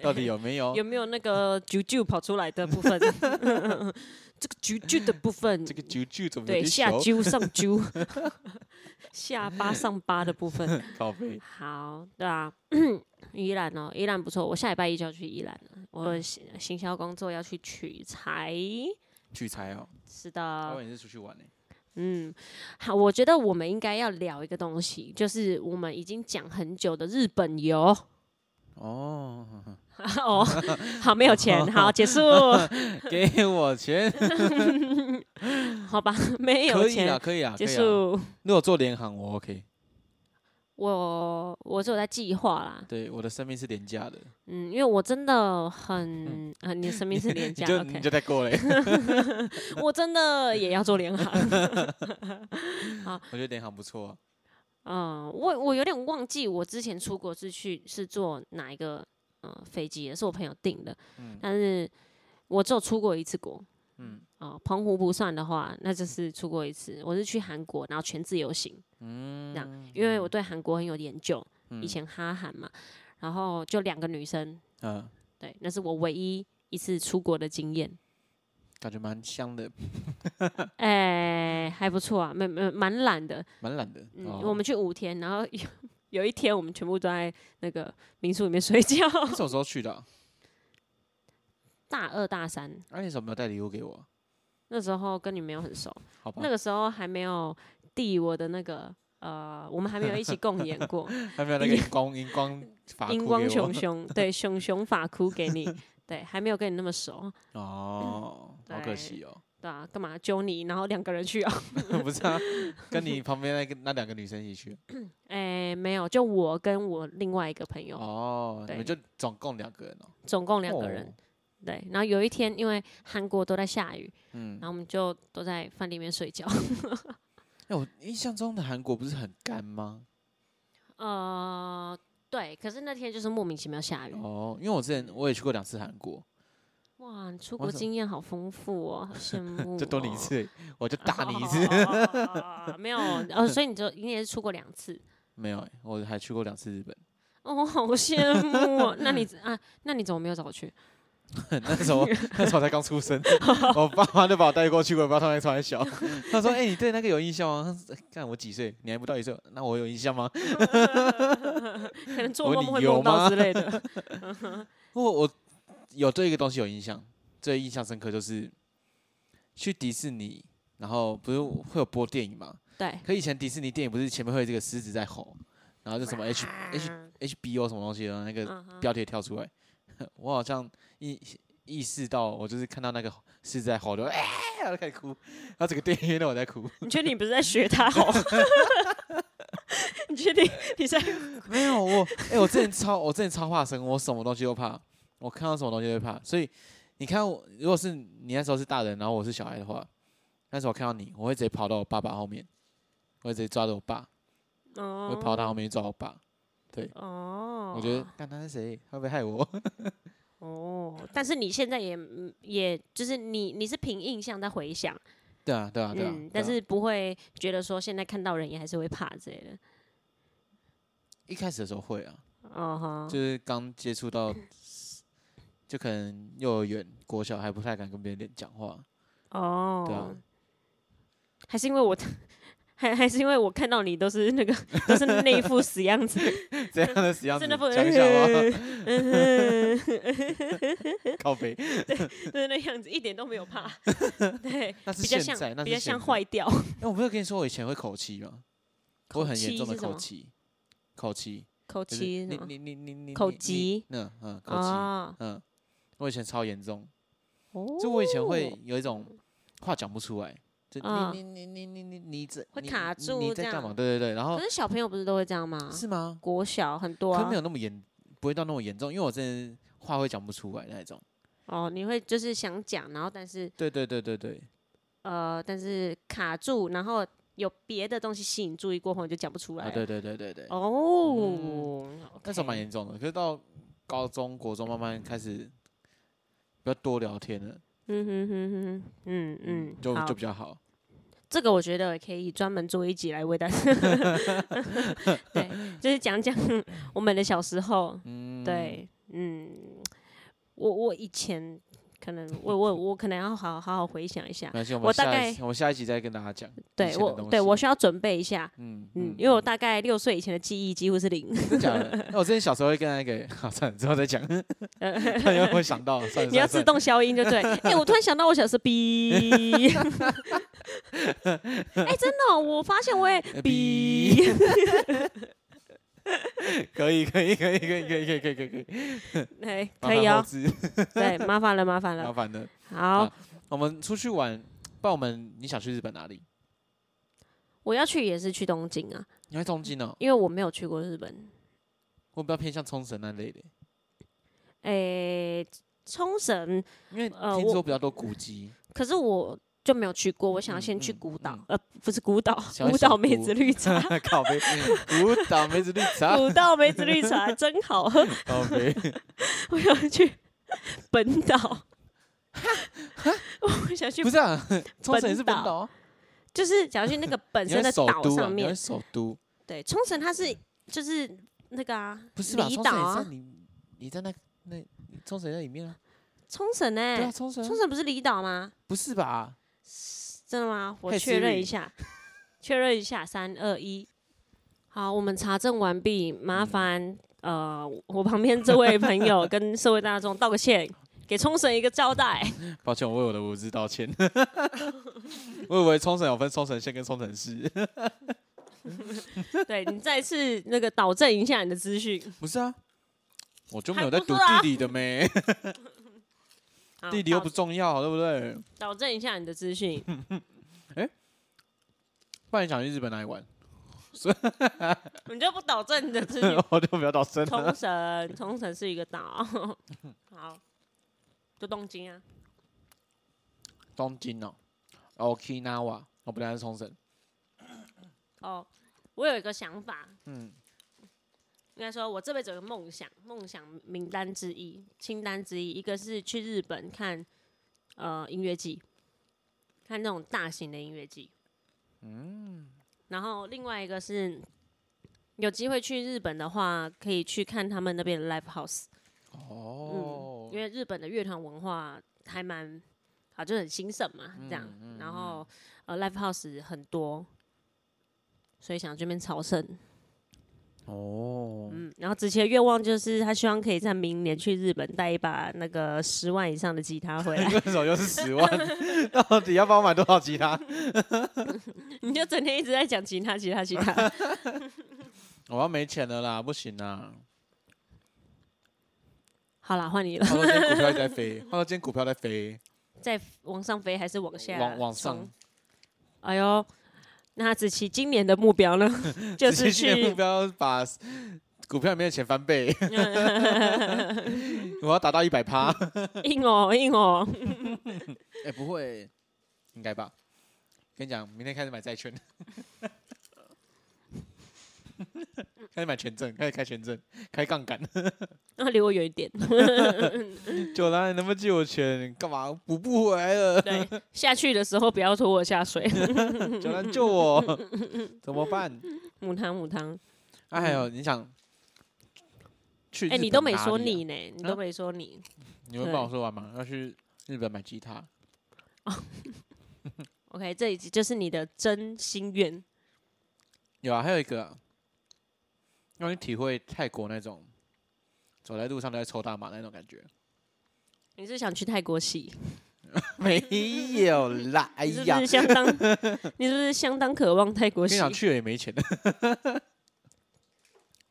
B: 到底有没有
A: 有没有那个啾啾跑出来的部分， 这个啾啾的部分
B: 这，个啾啾怎么有
A: 对
B: 地
A: 下
B: 球
A: 啾 上啾， 下巴上巴的部 分，
B: 靠背
A: 好，对啊，宜兰哦，宜兰不错，我下礼拜一就要去宜兰了，我行行销工作要去取材，
B: 取材哦？
A: 是
B: 他
A: 的，
B: 们也是出去玩呢。
A: 嗯，好，我觉得我们应该要聊一个东西，就是我们已经讲很久的日本游。
B: 哦，
A: 哦，好，没有钱，好，结束，
B: 给我钱，
A: 好吧， 没有
B: 可以
A: 钱
B: 啦，，可以啦，可
A: 结
B: 以啊啦。
A: 束。
B: 如果做联航，我 OK。
A: 我我是有在计划啦，
B: 对，我的生命是廉价的，
A: 嗯，因为我真的 很，啊，你的生命是廉
B: 你
A: 价
B: 就你
A: ，OK，
B: 就再 过来。
A: 我真的也要做联 航，
B: 我觉得联航不错啊。
A: 嗯，我我有点忘记我之前出国是去是坐哪一个呃飞机的，是我朋友订的，
B: 嗯
A: 但是我只有出过一次国，
B: 嗯
A: 哦，澎湖不算的话，那就是出国一次。我是去韩国，然后全自由行，
B: 嗯，
A: 这样，因为我对韩国很有研究，
B: 嗯
A: 以前哈韩嘛，然后就两个女生，
B: 嗯，
A: 对，那是我唯一一次出国的经验，
B: 感觉蛮香的，
A: 哎、还不错啊，蛮蛮蛮懒的，
B: 蛮懒的。
A: 嗯，
B: 哦
A: 我们去五天，然后有 有一天我们全部都在那个民宿里面睡觉，
B: 你什么时候去的啊？
A: 大二大三
B: 那你怎么没有带礼物给我啊？
A: 那时候跟你没有很熟，
B: 好吧
A: 那，个时候还没有递我的那个。呃，我们还没有一起共演过，
B: 还没有那个荧光荧光 法
A: 荧
B: 裤
A: 光
B: 给我
A: 熊熊， 对，熊熊发箍给你，对，还没有跟你那么熟，
B: 哦，好可
A: 对
B: 惜哦，
A: 对啊，干嘛揪你，然后两个人去 啊？
B: 不是啊，跟你旁边那个那两个女生一起去
A: 哎、没有，就我跟我另外一个朋友，
B: 哦，你
A: 对
B: 们就总共两个人哦，
A: 总共两个人，
B: 哦，
A: 对。然后有一天，因为韩国都在下雨，
B: 嗯
A: 然，后我们就都在饭店里面睡觉。
B: 哎，我印象中的韩国不是很干吗？
A: 呃，对，可是那天就是莫名其妙下雨。
B: 哦，因为我之前我也去过两次韩国，
A: 哇，你出
B: 为
A: 国
B: 什么
A: 经验好丰富哦，好 羡慕、哦。哦
B: 就多你 一次，我就打你一次，
A: 次。没有，呃，所以你就你也是出国两次。
B: 没有欸，我还去过两次日 本，
A: 哦，我好羡慕哦！那你 啊，那你怎么没有找我去？
B: 那时 候那时候我才刚出生，我爸妈就把我带过去，我也不知道他们从哪里小， 他说，哎，你对那个有印象吗？他说哎干我几岁？你还不到一岁，那我有印象吗？
A: 可能做
B: 我
A: 梦
B: 理
A: 会
B: 由
A: 梦到
B: 吗
A: 之类 的。
B: 我我有对一个东西有印象，最印象深刻就是去迪士尼，然后不是会有播电影嘛？
A: 对，
B: 可以前迪士尼电影不是前面会有这个狮子在吼，然后就什么 H H
A: 嗯
B: HBO 什么东西的那个
A: 哼
B: 标题跳出来，我好像意意识到我就是看到那个狮子在吼，就 哎，我就开始哭，然后整个电影院都我在哭，
A: 你确定你不是在学他吼？ 你确定你 在？
B: 没有我，哎、我之前超我之前超怕生，我什么东西都怕，我看到什么东西都会怕。所以你看我，如果是你那时候是大人，然后我是小孩的话，那时候我看到你，我会直接跑到我爸爸后面，我会直接抓着我爸，
A: 哦
B: 我跑到后面去抓我爸，
A: 哦，
B: 我觉得干他是谁，他会不会害我？
A: 哦，但是你现在也嗯也就是你你是凭印象在回想，
B: 对啊，对啊，对啊。
A: 嗯，但
B: 对啊
A: 是不会觉得说现在看到人也还是会怕之类的。
B: 一开始的时候会啊，
A: 哦哈，
B: 就是刚接触
A: 哦
B: 到，就可能幼儿园、国小还不太敢跟别人讲话，
A: 哦，
B: 对啊，
A: 还是因为我， 还还是因为我看到你都是那个 都是那一副死样子，
B: 这样的死样子
A: 真的不
B: 讲一下吗？
A: 嗯哼
B: 靠背，
A: 就是那样子，一点都没有怕， 对，
B: 那是
A: 比较
B: 现在，
A: 像
B: 那
A: 比
B: 是
A: 较
B: 现
A: 像
B: 在。
A: 坏 掉，
B: 哎，我没有跟你说我以前会口吃吗？我很严
A: 吃
B: 重的
A: 是什
B: 口
A: 么
B: 吃，口吃，
A: 口
B: 就是
A: 气
B: 你
A: 是吗
B: 你你你你
A: 口
B: 你
A: 疾，
B: 嗯嗯，口吃，
A: 啊，
B: 嗯，我以前超严重，
A: 哦，
B: 就我以前会有一种话讲不出来，就
A: 嗯
B: 你你你你你你这
A: 会
B: 你
A: 卡
B: 你
A: 住
B: 你在
A: 这
B: 干嘛？
A: 样
B: 对对对，然后
A: 可是小朋友不是都会这样吗？
B: 是吗？
A: 国小很多
B: 可
A: 啊
B: 没，有那么严，不会到那么严重，因为我真的话会讲不出来那一种。
A: 哦，你会就是想讲，然后但是
B: 对对对对对，
A: 呃，但是卡住，然后有别的东西吸引注意过后，你就讲不出来
B: 啊
A: 了。
B: 对对对
A: 嗯
B: 对对，
A: 哦，
B: 那时候蛮
A: OK
B: 严重的。可是到高中、国中慢慢开始比较多聊天了，
A: 嗯哼哼哼哼，嗯嗯，
B: 就
A: 好
B: 就比较好。
A: 这个我觉得可以专门做一集来为大 家，对，就是讲讲我们的小时候，
B: 嗯，
A: 对，嗯，我我以前可能我我我可能要好好好回想一下
B: 没，关系，我
A: 我
B: 们
A: 大
B: 下一
A: 概
B: 我们下一集再跟大家讲。
A: 对
B: 前的
A: 我
B: 东
A: 对
B: 西
A: 我需要准备一下，
B: 嗯
A: 嗯
B: 嗯，，
A: 因为我大概六岁以前的记忆几乎是零，
B: 真的假的？哦那我之前小时候会跟那个，好，算了，之后再讲。
A: 呃
B: 突然又会想到，算了，
A: 你要
B: 算
A: 自
B: 了
A: 动消音就 对。哎、我突然想到我小时候哔，哎、真的哦、我发现我也
B: 呃
A: 哔，
B: 可以，可以，可以，可以，可以，可以，可以，可以，可以，
A: 哎、
B: 麻
A: 可以
B: 烦
A: 哦
B: 后、置
A: 对，麻烦了，麻烦
B: 麻
A: 了。
B: 烦的。
A: 好
B: 好，我们出去玩，不然我们你想去日本哪里？
A: 我要去也是去东京啊，
B: 你会东京哦，
A: 因为我没有去过日本。
B: 我比较偏向冲绳那类的，
A: 哎、冲绳，
B: 因为
A: 呃
B: 听
A: 我
B: 说比较多古迹，
A: 可是我就没有去过，我想要
B: 嗯
A: 先去
B: 嗯
A: 孤岛，
B: 嗯
A: 呃，不是孤岛，
B: 想要
A: 孤
B: 小
A: 岛梅
B: 孤，
A: 子绿茶
B: 靠背，古岛梅子绿茶，
A: 孤岛梅子绿茶真好喝，
B: 靠背，
A: 我想去本 岛。 我想去
B: 不是 啊，冲绳也是本
A: 本岛
B: 岛啊，
A: 就是假如去那 个本
B: 你
A: 身
B: 在
A: 的
B: 首
A: 岛
B: 都啊，
A: 上
B: 你
A: 面
B: 在，首都，
A: 对，冲绳它是就是那个啊，
B: 不是吧？
A: 离
B: 冲
A: 岛
B: 绳也
A: 啊
B: 在，你你在那那冲绳在里面啊，
A: 冲绳呢
B: 对，啊，冲绳啊
A: 哎冲绳不是离岛吗？
B: 不是吧？
A: 真的吗？我
B: 嘿
A: 确认一
B: Siri
A: 下，确认一下，三二一。好，我们查证完毕，
B: 嗯
A: 麻烦、呃，我旁边这位朋 友跟社会大众道个歉，给冲绳一个交代。
B: 抱歉，我为我的无知道歉。 我以为冲绳有分冲绳县跟冲绳市，
A: 对你再次那个导正一下你的资讯。
B: 不是啊，我就没
A: 还
B: 有在
A: 不
B: 读
A: 是啊哦
B: 地理的没，
A: 好
B: 地理又
A: 导
B: 不重要，对不对？
A: 导正一下你的资讯。
B: 不然你想去日本哪里玩？
A: 你就不导正你的 资讯，
B: 我就不要到深
A: 冲
B: 了。
A: 绳，冲绳是一个岛。 好，就东京啊。
B: 东京哦，Okinawa，我不来是冲绳。
A: 哦，我有一个想法，
B: 嗯，
A: 应该说我这辈子有个梦想，梦想名单之一、清单之一，一个是去日本看呃音乐季，看那种大型的音乐季。嗯。然后另外一个是有机会去日本的话，可以去看他们那边的 live house。嗯
B: 哦
A: 因，为日本的乐团文化还蛮啊，就很兴盛嘛，这样。
B: 嗯嗯
A: 然后呃，live house 很多，所以想这边朝圣。
B: 哦，
A: 嗯，然后子琪的愿望就是他希望可以在明年去日本带一把那个十万以上的吉他回来，
B: 为什么又是十万？到底要帮我买多少吉他？
A: 你就整天一直在讲吉他、吉他、吉他。
B: 我要没钱了啦，不行啦。
A: 好啦，换你了
B: 他，说今天股票一直 在飞，他说今天股票在飞，
A: 在往上飞还是往下？
B: 往往上。。
A: 哎呦，那子琪今年的目标呢？ 就
B: 直接
A: 是
B: 今年目
A: 去
B: 标把 s- 股票里面的钱翻倍， 我要达到一百趴。
A: 硬哦硬哦。
B: 哎，不会， 应该吧？跟你讲，明天开始买债券。开始买权证，开始开权证，开杠杆。
A: 然后离我远一点。
B: 九兰，你能不能借我钱？干嘛补不回 来了？
A: 对，下去的时候不要拖我下水。
B: 九兰救我， 怎么办？
A: 母汤母汤，
B: 啊，还有你想去？
A: 嗯哎、你都没说
B: 啊
A: 你，呢，你
B: 嗯
A: 都没说你。
B: 你会帮我说完吗？要去日本买吉他，
A: OK，这一集就是你的真心愿。
B: 有啊，还有一个啊让你体会泰国那种走在路上都在抽大麻那种 感觉。
A: 你是想去泰国洗？
B: 没有啦，哎
A: 你是不
B: 呀
A: 是，相 当？你是不是相当渴望泰国
B: 跟你
A: 洗？
B: 讲去了也没钱的，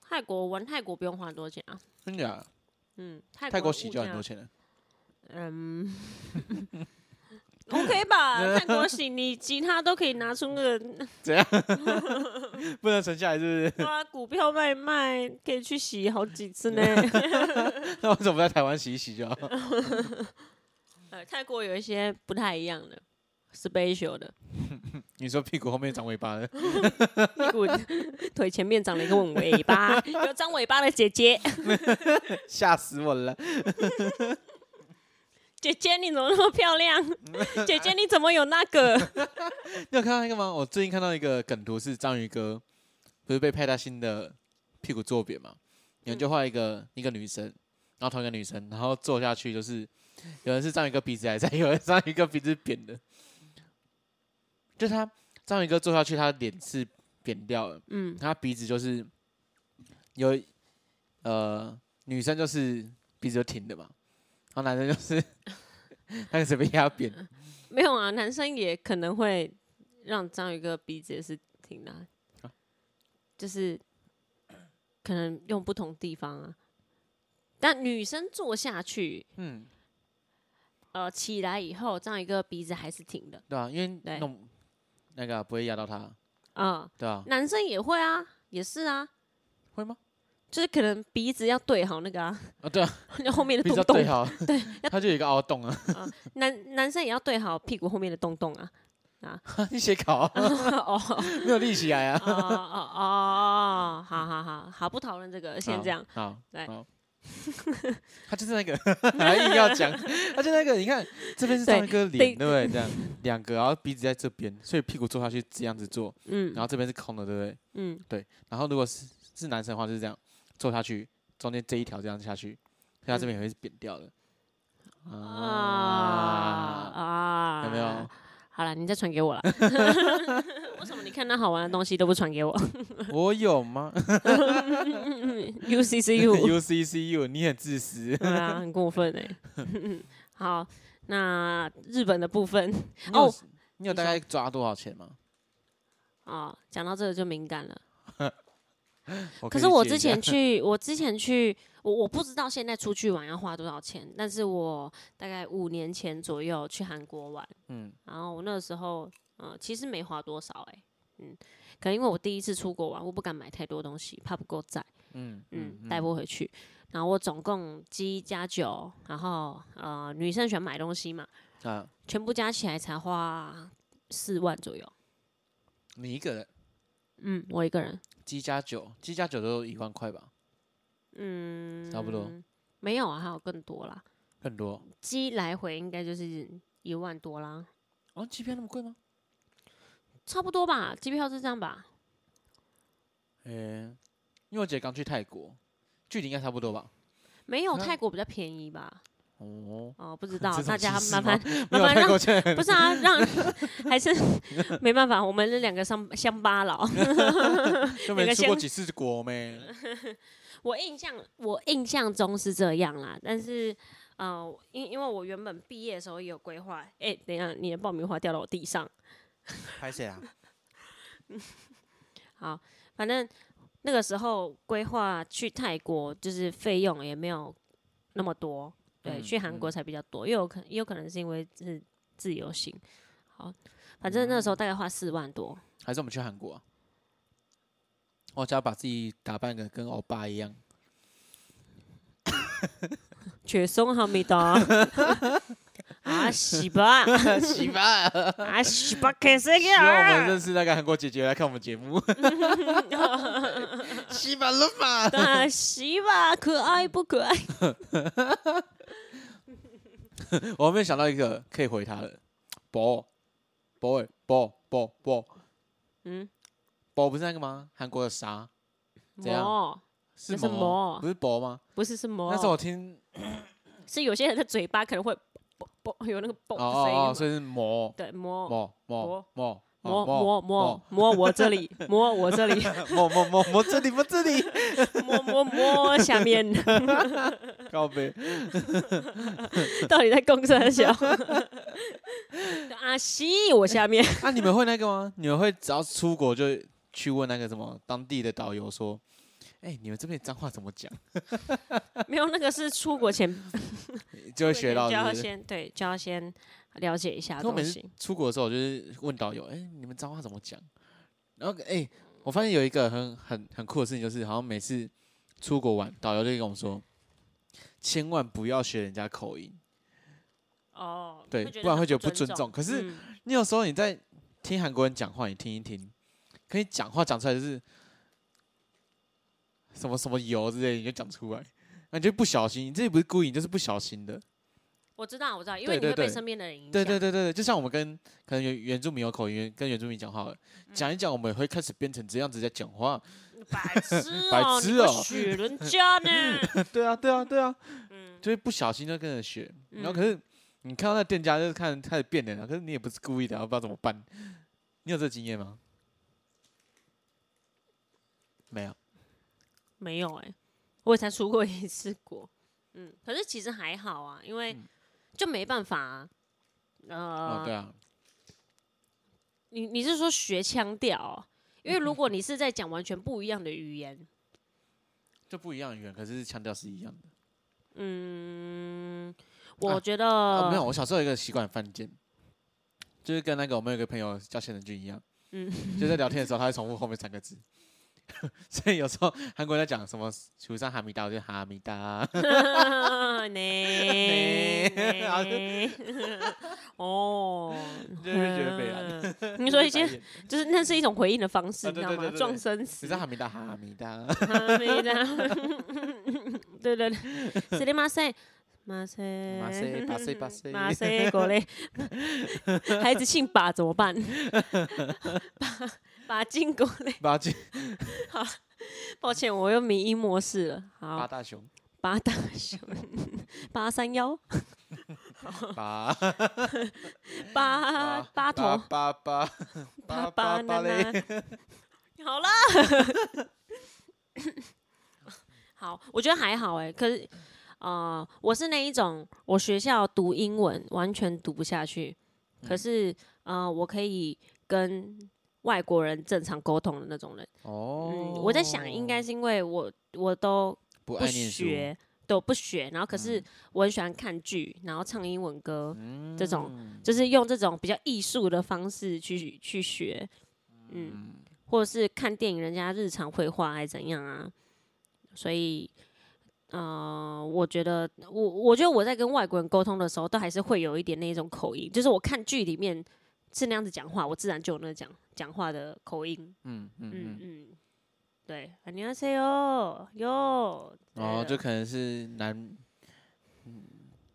A: 泰国玩泰国不用花很多钱啊。
B: 跟你讲
A: 嗯，泰
B: 泰国
A: 国
B: 洗
A: 物
B: 就很
A: 价
B: 多。钱了。
A: 嗯，OK 吧？泰国洗你吉他都可以拿出那个，
B: 不能存下来是
A: 对啊，股票卖一卖可以去洗好几次 呢。
B: 不是？那我怎么在台湾洗一洗就好？
A: 呃，泰国有一些不太一样的，special 的，
B: 你说屁股后面长尾巴的，
A: 屁股腿前面长了一个吻尾 巴，有长尾巴的姐姐。
B: 吓死我了！
A: 姐姐你怎么那么漂 亮？姐姐你怎么有那个？
B: 你有看到那个吗？我最近看到一个梗图是章鱼哥，不是被派他新的屁股坐扁嘛？有人就画一个一个女生，然后同一个女生，然后坐下去就是有人是章鱼哥鼻子还在， 有人章鱼哥鼻子是扁的，就是他章鱼哥坐下去，他脸是扁掉了，
A: 嗯，
B: 他鼻子就是有呃女生就是鼻子就挺的嘛，然后男生就是 那个是被压扁，
A: 没有啊，男生也可能会让章鱼哥鼻子也是挺大，
B: 啊
A: 就是可能用不同地方啊。但女生坐下去，
B: 嗯，
A: 呃，起来以后，章鱼哥鼻子还是挺的
B: 对啊，因为
A: 对
B: 弄那个啊、不会压到他，
A: 啊、
B: 对啊，
A: 男生也会啊，也是啊，
B: 会吗？
A: 就是可能鼻子要对好那个 啊，
B: 啊，对啊，
A: 那后面的
B: 鼻
A: 洞
B: 子要
A: 洞
B: 对好，对， 他就有一个凹洞啊，
A: 男男生也要对好屁股后面的洞洞 啊。
B: 你写考 啊、
A: 哦，
B: 没有立起来啊，
A: 哦哦哦，好好好好，不讨论这个， 先
B: 好
A: 这样。，
B: 好，
A: 来
B: 好。他就是那个，还硬 要讲，他就那个，你看这边是
A: 对
B: 上一个脸，对不对？这样两个，然后鼻子在这边，所以屁股坐下去这样子坐，
A: 嗯
B: 然后这边是空的，对不对？
A: 嗯，
B: 对，然后如果是是男生的话，就是这样坐下去，中间这一条这样下去，所以他这边也会是扁掉的。
A: 啊
B: 啊，
A: 啊
B: 有没有？？
A: 好了，你再传给我了。为什么你看那好玩的东西都不传给我
B: 我有吗
A: ？U C C U，
B: ？UCCU，你很 自私。
A: 对啊，很过分哎、好，那日本的部分
B: 你有
A: 哦
B: 你有大概抓多少钱吗？
A: 啊，讲到这个就敏感了。
B: 我
A: 可
B: 以
A: 是我
B: 借
A: 之
B: 一下
A: 前 去，我之前去，我我不知道现在出去玩要花多少钱，但是我大概五年前左右去韩国玩，
B: 嗯
A: 然后我那时候，呃，其实没花多少哎、嗯，可能因为我第一次出国玩，我不敢买太多东西，怕不够载，
B: 嗯
A: 嗯，带不回去。然后我总共鸡加酒，然后呃，女生喜欢买东西嘛，
B: 啊，
A: 全部加起来才花四万左右。
B: 你一个人
A: 嗯，我一个人，
B: 鸡加酒，鸡加酒都一万块吧，
A: 嗯，
B: 差不多，
A: 没有啊，还有更多啦。
B: 更多。
A: 机来回应该就是一万多啦，
B: 哦，机票那么贵吗？
A: 差不多吧，机票是这样吧？
B: 诶、哎因为我姐刚去泰国，距离应该差不多吧。
A: 没有
B: 那
A: 泰国比较便宜吧？
B: 哦，
A: 哦，不知道，
B: 这
A: 大
B: 种
A: 家
B: 歧视
A: 麻
B: 吗
A: 烦 麻
B: 没有
A: 烦
B: 泰
A: 让
B: 国钱，
A: 不是啊，让 还 是没办法，我们这两个乡乡巴佬。
B: 就
A: 每个
B: 没出过
A: 先
B: 几次国没。
A: 我印象我印象中是这样啦，但是呃，因因为我原本毕业的时候也有规划，哎、等一下你的爆米花掉到我地上，
B: 拍谁啊？
A: 好，反正那个时候规划去泰国，就是费用也没有那么多，对，
B: 嗯
A: 去韩国才比较多，也有可也有可能是因为是自由行。好，反正
B: 嗯
A: 那时候大概花四万多，
B: 还是我们去韩国、啊？我只要把自己打扮的跟欧巴一 样，
A: 雪松哈密达。阿西啊吧，
B: 喜 吧。
A: 阿西吧，可是
B: 希望我
A: 啊
B: 们认识那个韩国姐姐来看我们节目。
A: 啊
B: 喜吧了嘛？
A: 大西吧，可爱不可爱？
B: 我后面想到一个可以回他的，boy boy boy boy boy
A: 嗯，
B: boy 不是那个吗？韩国的啥？怎样
A: 魔
B: 是
A: 那是啊
B: 魔
A: 魔
B: 不是 boy 吗？
A: 不是是魔，
B: 那时候我听
A: 是有些人的嘴巴可能会啵啵啵有那个啵
B: 哦
A: 的声音
B: 哦
A: 嘛，
B: 哦，所以是魔
A: 对魔
B: 魔魔魔
A: 摸摸
B: 哦
A: 摸摸我这里，摸我这里，
B: 魔魔魔魔这里魔这里，
A: 摸摸摸下面，
B: 告别
A: 到底在公车小？ 阿西，我下面
B: 啊！你们会那个吗？你们会只要出国就去问那个什么当地的导游说，哎，你们这边脏话怎么讲？
A: 没有那个是出国前
B: 就 会学到
A: 就
B: 是
A: 要
B: 不是。
A: 先对，就要先了解一下
B: 可我每
A: 东
B: 次
A: 西。
B: 出国的时候，我就是问导游，哎，你们脏话怎么讲？然后哎、我发现有一个很很很酷的事情，就是好像每次出国玩，导游就会跟我说，千万不要学人家口音。
A: 哦，
B: 对
A: 觉
B: 不然
A: 很
B: 会觉得不
A: 尊
B: 尊重可是
A: 嗯
B: 你有时候你在听韩国人讲话，你听一听，可以讲话讲出来就是什么什么油之类的，你就讲出来，那你就不小心，你这也不是故意，你就是不小心的。
A: 我知道，我知道，因为
B: 对
A: 你
B: 对
A: 会被
B: 对
A: 身边的人影响。
B: 对对对对对，就像我们跟可能原原住民有口音，跟原住民讲话好了，讲一讲，我们也会开始变成这样子在讲话。
A: 白痴
B: 白
A: 哦，
B: 痴
A: 你
B: 哦
A: 不许人家呢。
B: 对啊，对啊，对啊，
A: 嗯，
B: 就会不小心就跟着学，然
A: 嗯
B: 后可是你看到那店家就是看开始变脸了，可是你也不是故意的，然后不知道怎么办。你有这个经验吗？没有。
A: 没有哎、我也才出过一次国。 嗯，可是其实还好啊，因为
B: 嗯
A: 就没办法啊。呃，
B: 哦，对啊，
A: 你你是说学腔调哦、因为
B: 嗯
A: 如果你是在讲完全不一样的语言，
B: 就不一样的语言，可是腔调是一样的。
A: 嗯，我
B: 啊
A: 觉得、
B: 啊，没 有，我小时候有一个习惯犯贱，就是跟那个我们有一个朋友叫谢仁俊一样，
A: 嗯
B: 嗯，就在聊天的时候，他会重复后面三个字，所以有时候韩国人在讲什么“除上哈密达”，我就哈密达，
A: 呢
B: 然后就
A: 呢 哦，
B: 就会觉得被
A: 嗯
B: 拦。
A: 你说一些
B: 白眼
A: 就是那是一种回应的方式，
B: 啊
A: 你知
B: 对
A: 道
B: 对
A: 吗？
B: 对对
A: 撞
B: 对
A: 生
B: 你
A: 词
B: 是，哈密达哈密达，
A: 哈密达对对对，是的马赛。马赛，
B: 马赛巴塞巴塞
A: 马赛过 嘞，孩子姓把怎么 办？把把进过嘞，
B: 八戒
A: 抱歉，我又迷音模式了。
B: 八
A: 好，
B: 大熊
A: 八大 熊，八三幺，
B: 八
A: 八八头，
B: 八八
A: 八
B: 八
A: 八
B: 八
A: 那
B: 八嘞，
A: 那。好啦， 好，我觉得还好哎、可是，呃，我是那一种，我学校读英文完全读不下去，可是，呃，我可以跟外国人正常沟通的那种人。
B: 哦
A: 嗯，，我在想，应该是因为我我都
B: 不
A: 不
B: 爱念书，嗯
A: 学，对，我不学，然后可是我很喜欢看剧，然后唱英文歌，这种就是用这种比较艺术的方式去去学，嗯，或者是看电影人家日常绘画还是怎样啊，所以。呃，我觉得我我觉得我在跟外国人沟通的时候，都还是会有一点那种口音，就是我看剧里面是那样子讲话，我自然就有那讲讲话的口音。
B: 嗯嗯
A: 嗯
B: 嗯，
A: 嗯，对，안녕하세요哟。
B: 哦，
A: 对
B: 就可能是南，嗯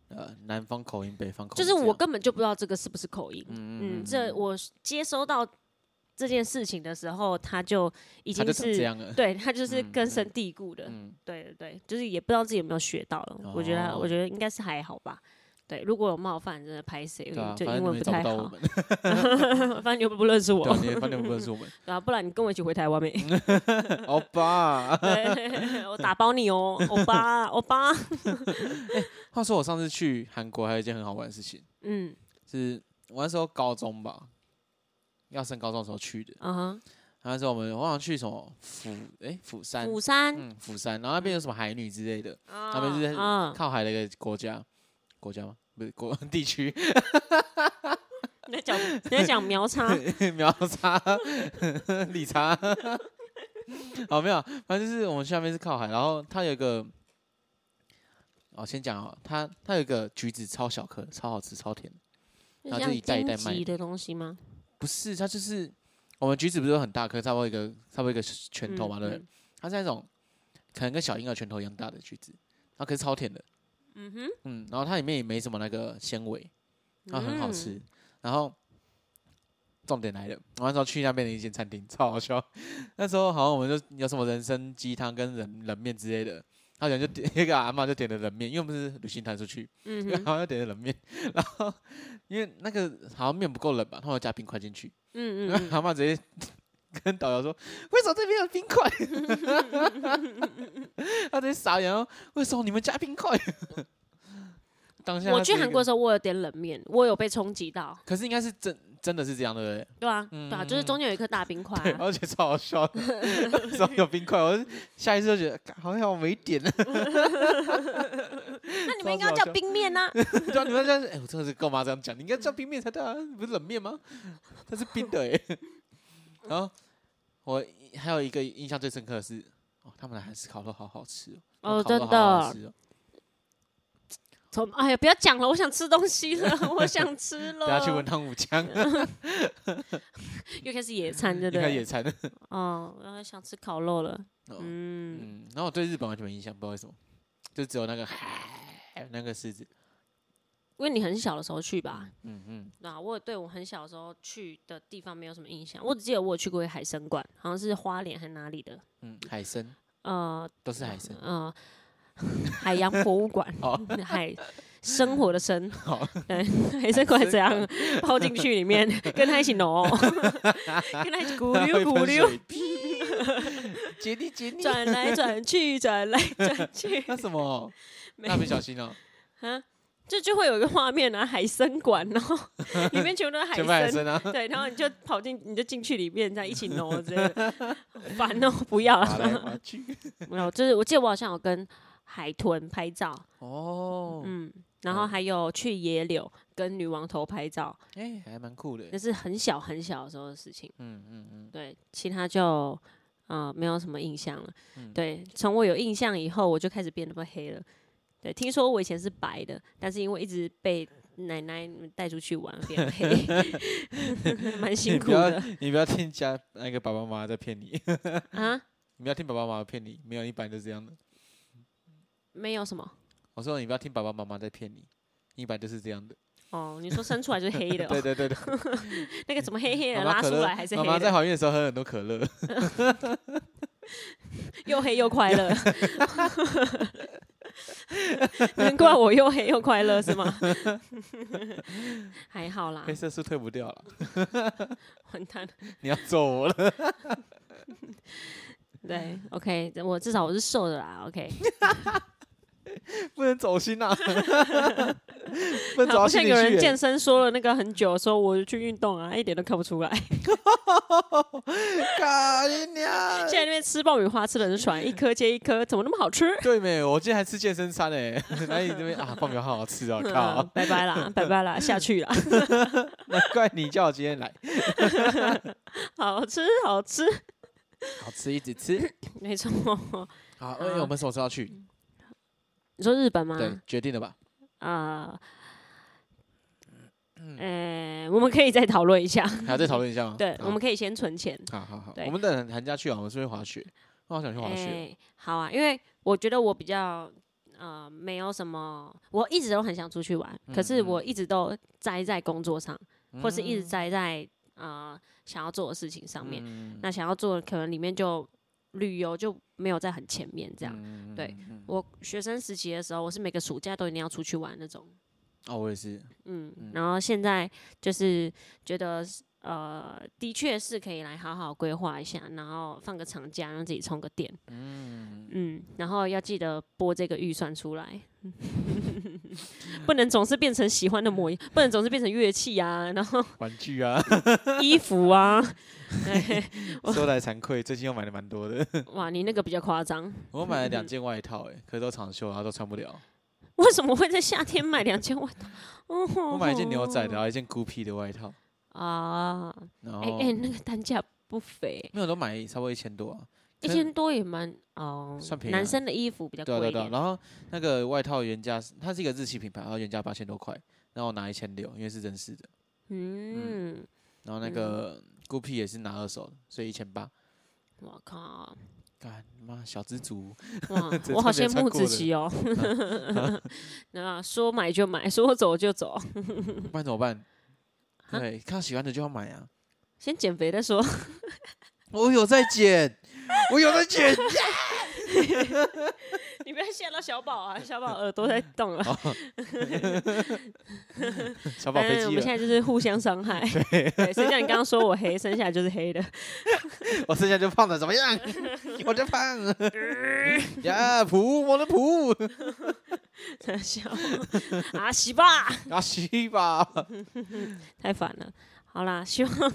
B: 呃，南方口音，北方口
A: 就
B: 音
A: 是
B: 这样，
A: 我根本就不知道这个是不是口音。
B: 嗯，嗯
A: 嗯，
B: 嗯，
A: 这我接收到这件事情的时候，他就已
B: 他
A: 经
B: 就长这
A: 是
B: 样了，
A: 对他就是
B: 嗯
A: 根深蒂固的。
B: 嗯，
A: 对对对，就是也不知道自己有没有学到了。我觉得
B: 哦
A: 我觉得应该是还好吧。对，如果有冒犯，真的拍谁、
B: 对啊，
A: 就
B: 反正
A: 英文
B: 你们也
A: 不
B: 找
A: 太
B: 不到我
A: 好，
B: 们，
A: 反正你又不认识我
B: 对，啊，你也反正不认 识我们，
A: 对啊，不然你跟我一起回台湾 没？
B: 欧巴。
A: 对，我打包你哦，欧巴，欧巴。
B: 话说我上次去韩国还有一件很好玩的事情，
A: 嗯，
B: 是我那时候高中吧，要升高中的时候去的，
A: 啊哈，
B: 那时候我们我好像去什么釜，哎，釜山，
A: 釜山，
B: 嗯，釜山，然后那边有什么海女之类的，
A: 他
B: 他们嗯是
A: 啊，
B: 靠海的一个国家，国家吗？不是国 地区，
A: 你在讲你在讲 苗叉，
B: 秒差， 理查， 啊好没有，反正就是我们下面是靠海，然后它有一个哦，先讲哦，它它有一个橘子超小颗，超好吃，超甜。然后就
A: 像
B: 一袋一袋
A: 荆棘的东西吗？
B: 不是，它就是我们橘子不是有很大颗，差不多一个差不多一个拳头嘛，
A: 嗯
B: 对不对？它是那种可能跟小婴儿拳头一样大的橘子，然后可是超甜的，
A: 嗯哼，
B: 嗯，然后它里面也没什么那个纤维，然后很好
A: 嗯
B: 吃。然后重点来了，我那时候去那边的一间餐厅，超好笑。 那时候好像我们就有什么人参鸡汤跟人冷面之类的，他人就点一个阿嬷就点了冷面，因为我们是旅行团出去，
A: 嗯
B: 然
A: 哼，
B: 后就点了冷面，然后因为那个好像面不够冷吧，他们加冰块进去，
A: 嗯嗯
B: 然后
A: 嗯，
B: 阿嬷直接跟导游说：“为什么这边有冰块？” 他直接傻眼哦，为什么你们加冰块？ 当下
A: 我
B: 他
A: 去
B: 是一
A: 韩
B: 个
A: 国的时候，我有点冷面，我有被冲击到，
B: 可是应该是真真的是这样，对不对？
A: 对啊，对
B: 嗯
A: 啊，就是中间有一颗大冰块
B: 对，
A: 啊，
B: 而且超好笑的， 怎么有冰块？我就下一次就觉得，干好像我没点 呢。
A: 那你们应该要叫冰面 呐，
B: 对啊，你们这样子，哎、我真的是跟我妈这样讲，你应该叫冰面才对啊，不是冷面吗？它是冰的哎、 然后我还有一个印象最深刻的是，哦，他们的韩式烤肉好好吃哦，
A: 哦
B: 烤肉
A: 真
B: 好好
A: 的
B: 吃哦
A: 从哎呀，不要讲了，我想吃东西了，我想 吃了，
B: 等下去文汤武 江，
A: 又开始
B: 嗯
A: 野餐，对不
B: 应该野
A: 对？
B: 餐。
A: 哦，然后想吃烤肉了，
B: 哦
A: 嗯，
B: 嗯，然后我对日本完全没印象，不知道为什么，就只有那个那个狮子，
A: 因为你很小的时候去吧，
B: 嗯嗯，
A: 对啊，我对我很小的时候去的地方没有什么印象，我只记得我有去过一个海参馆，好像是花莲还哪里的，
B: 嗯，海参
A: 呃
B: 都是海 参，
A: 呃， 海洋博物馆
B: 哦，
A: 海生活的生
B: 好，
A: 对，海参馆
B: 参
A: 怎样泡进去里 面，跟他一起挪，跟他一起咕溜咕溜，
B: 杰尼杰尼，
A: 转来转去，转来转去，
B: 那什 么，
A: 没
B: 蜡笔小新哦，
A: 啊，这就会有一个画面啊，海参馆，然 后里面全部都是海
B: 全部海
A: 参，
B: 参啊，
A: 对，然后你就跑进，你就进去里面，再一起挪之类的， 好烦哦，不要
B: 划来
A: 了。
B: 划 去，
A: 没有，就是我记得我好像有跟海豚拍照，
B: 哦，
A: 嗯，然后
B: 嗯
A: 还有去野柳跟女王头拍照，
B: 哎，还蛮酷的
A: 那，是很小很小的时候的事情。
B: 嗯嗯嗯，
A: 对，其他就呃没有什么印象了。
B: 嗯
A: 对，从我有印象以后，我就开始变那么黑了。对，听说我以前是白的，但是因为一直被奶奶带出去玩，变黑， 蛮辛
B: 你
A: 苦
B: 不要
A: 的
B: 你不要听家那个爸爸妈妈在骗你，
A: 啊。
B: 你不要听爸爸妈妈骗你，没有一般都这样的。
A: 没有什么
B: 我说你不要听爸爸妈妈在骗你，一般就是这样的。
A: 哦，你说生出来就是黑的、
B: 对
A: 哦，
B: 对 对对，
A: 那个怎么黑黑的
B: 妈妈
A: 拉
B: 可
A: 出
B: 乐
A: 来还是黑
B: 妈妈在
A: 的，
B: 怀孕的时候喝很多可乐，
A: 又黑又快乐。 难怪我又黑又快乐是 吗？还好啦
B: 黑，色素退不掉了。
A: 完蛋了。
B: 你要揍我了？
A: 对，OK，我至少我是瘦的啦，OK，
B: 不能走 心啊！不能
A: 好
B: 走到
A: 不
B: 心
A: 像
B: 里
A: 有人
B: 去欸
A: 健。身说了那个很久，说我去运动啊，一点都看不出来。
B: 咖喱娘
A: 现在那边吃爆米花吃的很爽，一颗接一颗，怎么那么好吃？
B: 对没？我今天还吃健身餐诶，哪里这边啊？爆米花好好吃哦！
A: 嗯
B: 靠，
A: 拜拜啦，拜拜啦，下去啦，
B: 难怪你叫我今天来，
A: 好吃好吃，
B: 好吃一直吃。
A: 没错。
B: 好，
A: 嗯
B: 哎，我们什么时候要去？
A: 你说日本吗？
B: 对，决定了吧？
A: 啊、呃，我们可以再讨论一下，
B: 还要再讨论一下吗？
A: 对，
B: 好
A: 我们可以先存钱。
B: 好好好，
A: 对
B: 我们等寒假去啊，我们顺便滑雪。我好想去滑雪。
A: 哎好啊，因为我觉得我比较呃没有什么，我一直都很想出去玩，可是
B: 嗯嗯
A: 我一直都栽在工作上，或是一直
B: 嗯
A: 栽在呃想要做的事情上面。
B: 嗯
A: 那想要做的可能里面就旅游就没有在很前面这样。
B: 嗯
A: 对
B: 嗯嗯
A: 我学生时期的时候，我是每个暑假都一定要出去玩那种，
B: 哦，我也是。
A: 嗯
B: 嗯，
A: 然后现在就是觉得是呃，的确是可以来好好规划一下，然后放个长假，让自己充个电，嗯然后要记得拨这个预算出来， 不能总是变成喜欢的模样，不能总是变成乐器啊，然 后
B: 玩具 啊，
A: 衣服啊，对，
B: 说来惭愧，最近又买的蛮多的。
A: 哇，你那个比较夸张，
B: 我买了两件外套、欸，可是都长袖，然后都穿不了。
A: 为什么会在夏天买两件外套？哦吼
B: 我买一件牛仔的，然后一件孤僻的外套，
A: 啊，
B: 然
A: 哎哎、
B: 后
A: 那个单价不菲，
B: 没有都买差不多一千多啊。
A: 一千多也蛮哦，
B: 算便宜啊
A: 男生的衣服比较
B: 对啊
A: 贵
B: 对
A: 一
B: 啊对啊
A: 点，
B: 然后那个外套原价是，它是一个日系品牌，然后原价八千多块，然后我拿一千六，因为是真式的。
A: 嗯，
B: 然后那个 Gucci 也是拿二手的，所以一千八。
A: 我 靠，
B: 干妈小资族，
A: 哇
B: 这，
A: 我好
B: 差点
A: 羡
B: 穿
A: 慕
B: 过
A: 子
B: 了
A: 琪哦， 那说买就买，说走就走，
B: 不然怎么办？
A: 哈
B: 对，看到喜欢的就要买啊！
A: 先减肥再说。
B: 我有在减，我有在 减。
A: 你不要吓到小宝啊，小宝耳朵在动了。
B: 小宝
A: 反
B: 飞
A: 呃正我
B: 机
A: 们现
B: 了，
A: 在就是互相伤 害。对，谁叫你刚刚说我黑，剩下就是黑的。
B: 我剩下就胖了，怎么样？ 我就胖 呀，普我的普
A: 笑啊，洗吧，
B: 阿西吧。
A: 太烦了。好啦，希望。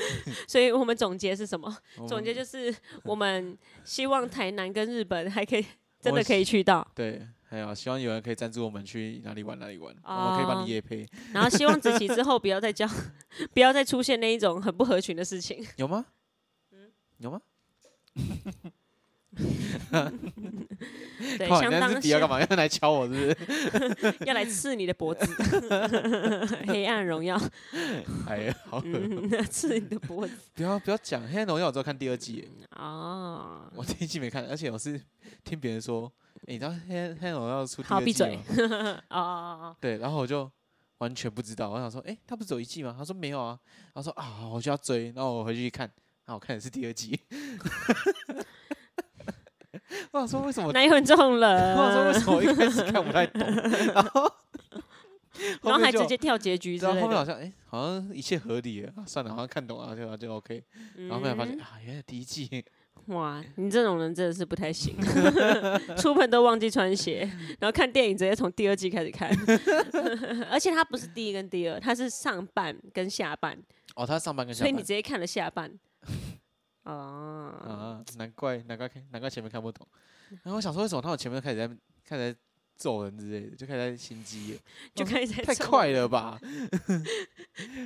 A: 所以我们总结是什么？总结
B: 就
A: 就是我们希望台南跟日本还可以真的
B: 我
A: 可以去到，
B: 对，还有希望有人可以赞助我们去哪里玩哪里玩，我们可以帮
A: 哦
B: 你夜配，
A: 然后希望子琪之后不要再教，不要再出现那一种很不合群的事 情。
B: 有吗？
A: 嗯
B: 有吗？
A: 对，
B: 靠
A: 相
B: 你那
A: 当
B: 支笔要
A: 像
B: 干嘛？要来敲我是不 是？
A: 要来刺你的脖子， 黑暗荣 耀，
B: 哎呀，好恶
A: 嗯，刺你的脖子
B: 不要不要讲，《黑暗荣耀》我只有看第二季耶，
A: 哦。
B: 我第一季没看，而且我是听别人说，哎，你知道《黑暗黑暗荣耀》出第
A: 好，
B: 二
A: 闭
B: 季
A: 嘴
B: 吗？。
A: 哦哦 哦，
B: 对，然后我就完全不知道，我想说，哎，他不是只有一季吗？他说没有啊，然后说啊，好我就要追，然后我回去一看，啊，我看的是第二 季，我想说为什么
A: 哦，？奶很重了，
B: 我想说为什么我一开始看不太懂，然后
A: 然后
B: 面
A: 还
B: 就
A: 直接跳结局之
B: 对啊，
A: 类
B: 后面好
A: 的。
B: 像哎、好像一切合理了，啊算了，好像看懂了就就 OK。然后后来发现、啊，原来第一季
A: 嗯哇，你这种人真的是不太行， 出门都忘记穿鞋，然后看电影直接从第二季开始 看， 而且它不是第一跟第二，它是上半跟下半，
B: 哦，他上班跟下
A: 所以
B: 班
A: 你直接看了下半。 哦，
B: 啊，难怪难怪看难怪前面看不懂。然后我想说，为什么他们前面都开始在开始在揍人之类的，就开始在心机了，
A: 就开始在
B: 哦太
A: 揍
B: 快
A: 人，
B: 了吧？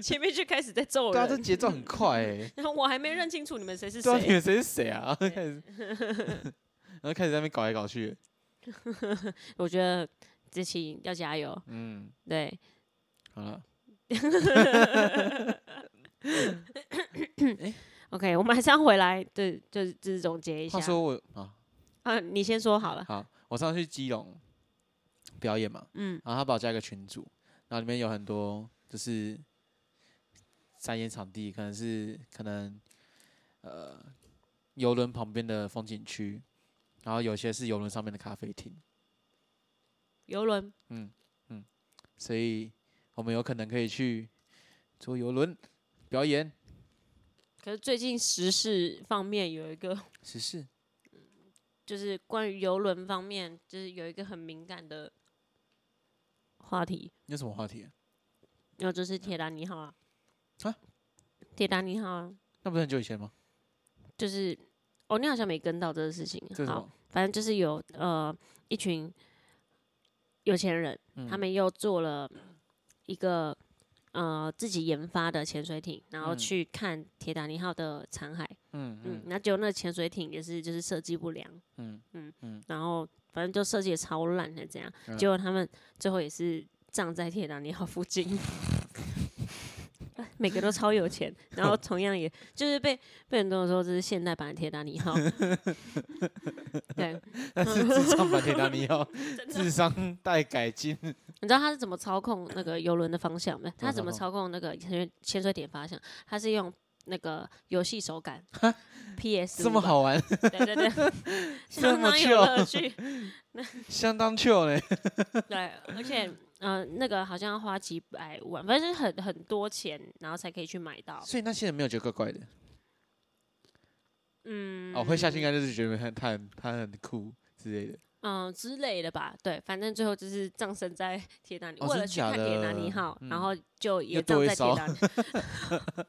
A: 前面就开始在揍
B: 对啊，这
A: 人，
B: 节奏很快哎、
A: 然后我还没认清楚你们谁是
B: 对啊，你
A: 谁，
B: 们谁是谁啊？然后开始 然后开始在那边搞来搞去，
A: 我觉得这期要加油，
B: 嗯，
A: 对，
B: 好了，
A: OK，我们还是要回来，对，就是就是总结一下
B: 话。说我啊，
A: 啊，你先说好了。
B: 好，我上次去基隆表演嘛，
A: 嗯，
B: 然后他把我加一个群组，然后里面有很多就是展演场地，可能是可能呃游轮旁边的风景区，然后有些是游轮上面的咖啡厅，
A: 游轮
B: 所以我们有可能可以去坐游轮表演
A: 可是最近时事方面有一个，
B: 时事。
A: 就是关于游轮方面，就是有一个很敏感的话题，
B: 有什么话题啊、
A: 然后就是铁达尼号啊，
B: 啊，
A: 铁达尼号啊，
B: 那不是很久以前吗？
A: 就是哦，你好像没跟到这个事情。啊
B: 这是什
A: 好，
B: 么？
A: 反正就是有呃一群有钱人，
B: 嗯
A: 他们又做了一个呃自己研发的潜水艇，然后
B: 嗯
A: 去看铁达尼号的残骸。
B: 嗯
A: 嗯
B: 嗯，
A: 那结果那个潜水艇也是就是设计不良，
B: 嗯
A: 然后反正就设计的超烂的这样，
B: 嗯
A: 结果他们最后也是葬在铁达尼号附近。 每个都超有钱，然 后同样也就是被被很多人说这是现代版的铁达尼号， 对，
B: 但是智障版铁达尼 号，智商待改进。
A: 你知道他是怎么操控那个游轮的方向吗？他
B: 么
A: 怎么
B: 操
A: 操控那个潜水潜水艇方向？他是用那个游戏手感 ，PS
B: 这么
A: 5吧，
B: 好玩，
A: 对 对对，
B: 这
A: 相
B: 么
A: 当有乐
B: chill
A: 趣。
B: 相当 chill 嘞。
A: 对，而且呃，那个好像要花几百万，反正很很多钱，然后才可以去买到。
B: 所以那些人没有觉得怪怪的。
A: 嗯，
B: 哦，会下去应该就是觉得他他很他很酷之 类的。
A: 嗯、之类的吧。对，反正最后就是葬身在铁达尼，
B: 哦
A: 为
B: 真
A: 了去
B: 假
A: 看铁达尼
B: 的
A: 号，
B: 嗯
A: 然后就
B: 又
A: 也葬
B: 多一
A: 在铁
B: 艘
A: 达尼。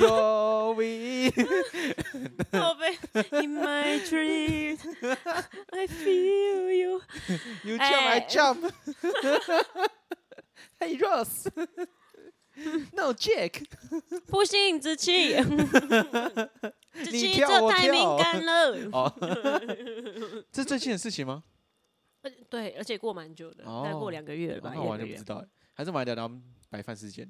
B: 有 we，
A: 宝贝，In my dream, I feel you。
B: you jump,
A: 哎
B: I jump. hey Ross, no Jack.
A: 不信之气。这
B: 你
A: 期
B: 跳
A: 这
B: 我
A: 太
B: 跳
A: 敏感 了。
B: 哦， 这是最近的事情吗？
A: 呃对，而且过蛮久的，大概
B: 哦
A: 过两个月了
B: 哦
A: 吧，
B: 那
A: 一
B: 我
A: 两
B: 完
A: 个
B: 全
A: 月
B: 不知道欸，还是我们来聊聊白饭事件。，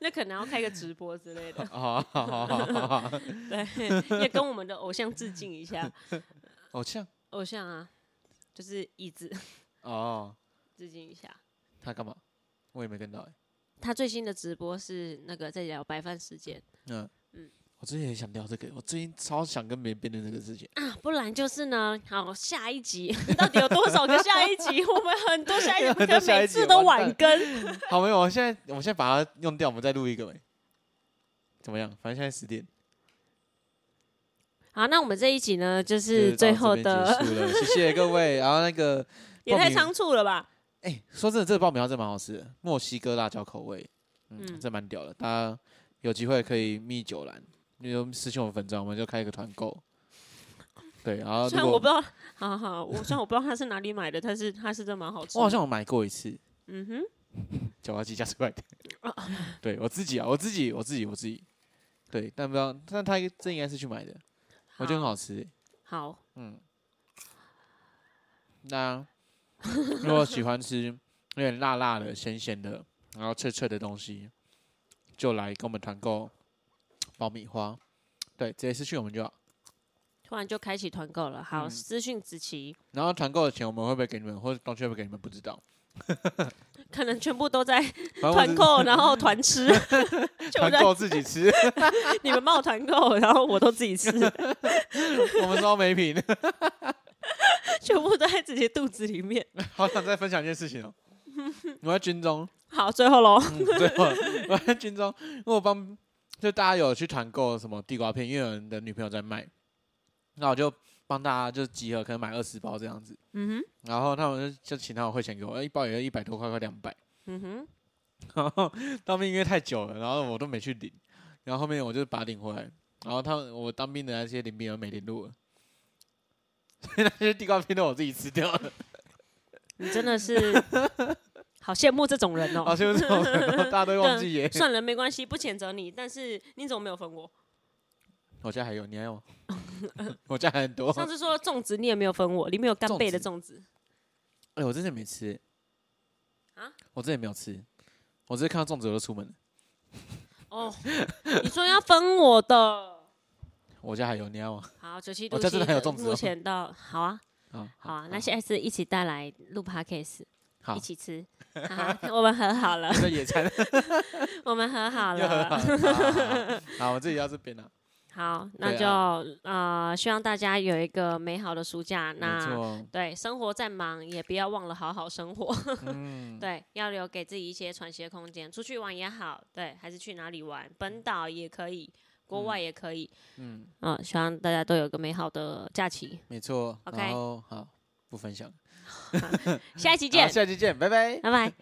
A: 那可能要开个直播之类的
B: 好好好好好好，
A: 对，也跟我们的偶像致敬一下。
B: 偶像
A: 偶像啊，就是椅子
B: 哦，
A: 致敬一下。
B: 他干嘛？我也没跟到哎。
A: 他最新的直播是那个在聊白饭事件
B: 嗯
A: 嗯
B: 我最近也想聊这个，我最近超想跟别人辩论这个事情。
A: 啊，不然就是呢，好下一集 到底有多少个下一集？我们很多下一集，
B: 很
A: 可
B: 多
A: 能
B: 下一
A: 每
B: 集
A: 次都
B: 完
A: 晚
B: 蛋
A: 更。
B: 好，没有，我现在我现在把它用掉，我们再录一个呗。怎么样？反正现在十点，
A: 好，那我们这一集呢，就
B: 就是到
A: 最
B: 这
A: 后
B: 边结
A: 的，
B: 束了，谢谢各位。然后那个
A: 也
B: 报
A: 太
B: 名
A: 仓促了吧？
B: 哎、说真的，这个爆米花真蛮好吃的，墨西哥辣椒口味，嗯，
A: 嗯
B: 这蛮屌的。大家有机会可以密九兰，你就私信我们粉专，我们就开一个团购。对，然后
A: 虽
B: 如
A: 然我
B: 果
A: 不知道，好好，我虽然我不知道他是哪里买的，但是他是真蛮好吃的。
B: 我好像有买过一次
A: 嗯哼，哦
B: 九八七加出来的，对我自己啊，我自己，我自己，我自己，对，但不知道，但他这应该是去买的，我觉得很好吃欸、
A: 好，
B: 嗯，那如果喜欢吃有点辣辣的、咸咸的，然后脆脆的东西，就来跟我们团购爆米花。对，直接私讯我们就好。
A: 突然就开启团购了。好，
B: 嗯
A: 私讯子琪，
B: 然后团购的钱我们会不会给你们，或者东西会不会给你们不知道。
A: 可能全部都 在
B: 反
A: 团
B: 正我只
A: 购，然后团 吃，就
B: 团
A: 在
B: 购自己吃，
A: 你们帮我团购，然后我都自己吃，
B: 我们烧没品。
A: 全部都在自己肚子里面。
B: 好想再分享一件事情哦，我在军中，
A: 好，最后喽，
B: 嗯，最后我在军中，因为我帮就大家有去团购什么地瓜片，因为有人的女朋友在卖，那我就帮大家就集合，可能买二十包这样子，
A: 嗯哼，
B: 然后他们就就请他们汇钱给我，哎一包也要一百多块，快两百，
A: 嗯哼，
B: 然后当兵因为太久了，然后我都没去领，然后后面我就把它领回来，然后他们我当兵的那些领兵都没联络了。 所以那些地瓜片都我自己吃 掉了，
A: 你真的 是好羡慕这种人哦。
B: 好像这种人哦 大家都忘记耶。
A: 算了，没关系，不谴责你，但是你怎么没有分我？
B: 我家还有，你还有吗？ 我家还很多。
A: 上次说粽子你也没有分我，里面有干贝的粽子，
B: 哎、我之前没吃
A: 啊
B: 我之前没有吃，我直接看到粽子我就出门了。
A: 哦， 你说要分我的。
B: 我家还有，你要吗？
A: 好，九七
B: 我
A: 度
B: 家真
A: 七
B: 的还有粽子哦
A: 目前到好啊，
B: 啊，
A: 好啊，那下一次一起带来录 podcast，
B: 好
A: 一，起吃，哈哈，我们和好了，
B: 这野餐
A: 我们和 好
B: 又很好
A: 了，
B: 了。好好好好，我自己要这 边了。
A: 好，那
B: 对啊
A: 就、呃，希望大家有一个美好的暑假。
B: 没
A: 那
B: 错，
A: 对生活再忙，也不要忘了好好生活。
B: 嗯，
A: 对，要留给自己一些喘息的空间，出去玩也好，对，还是去哪里玩，本岛也可以，国外也可以。
B: 嗯，
A: 嗯、希望大家都有个美好的假期。
B: 没错。
A: OK
B: 然后好，不分享。
A: 下一期
B: 好，
A: 见，
B: 下期见，拜拜。
A: 拜拜。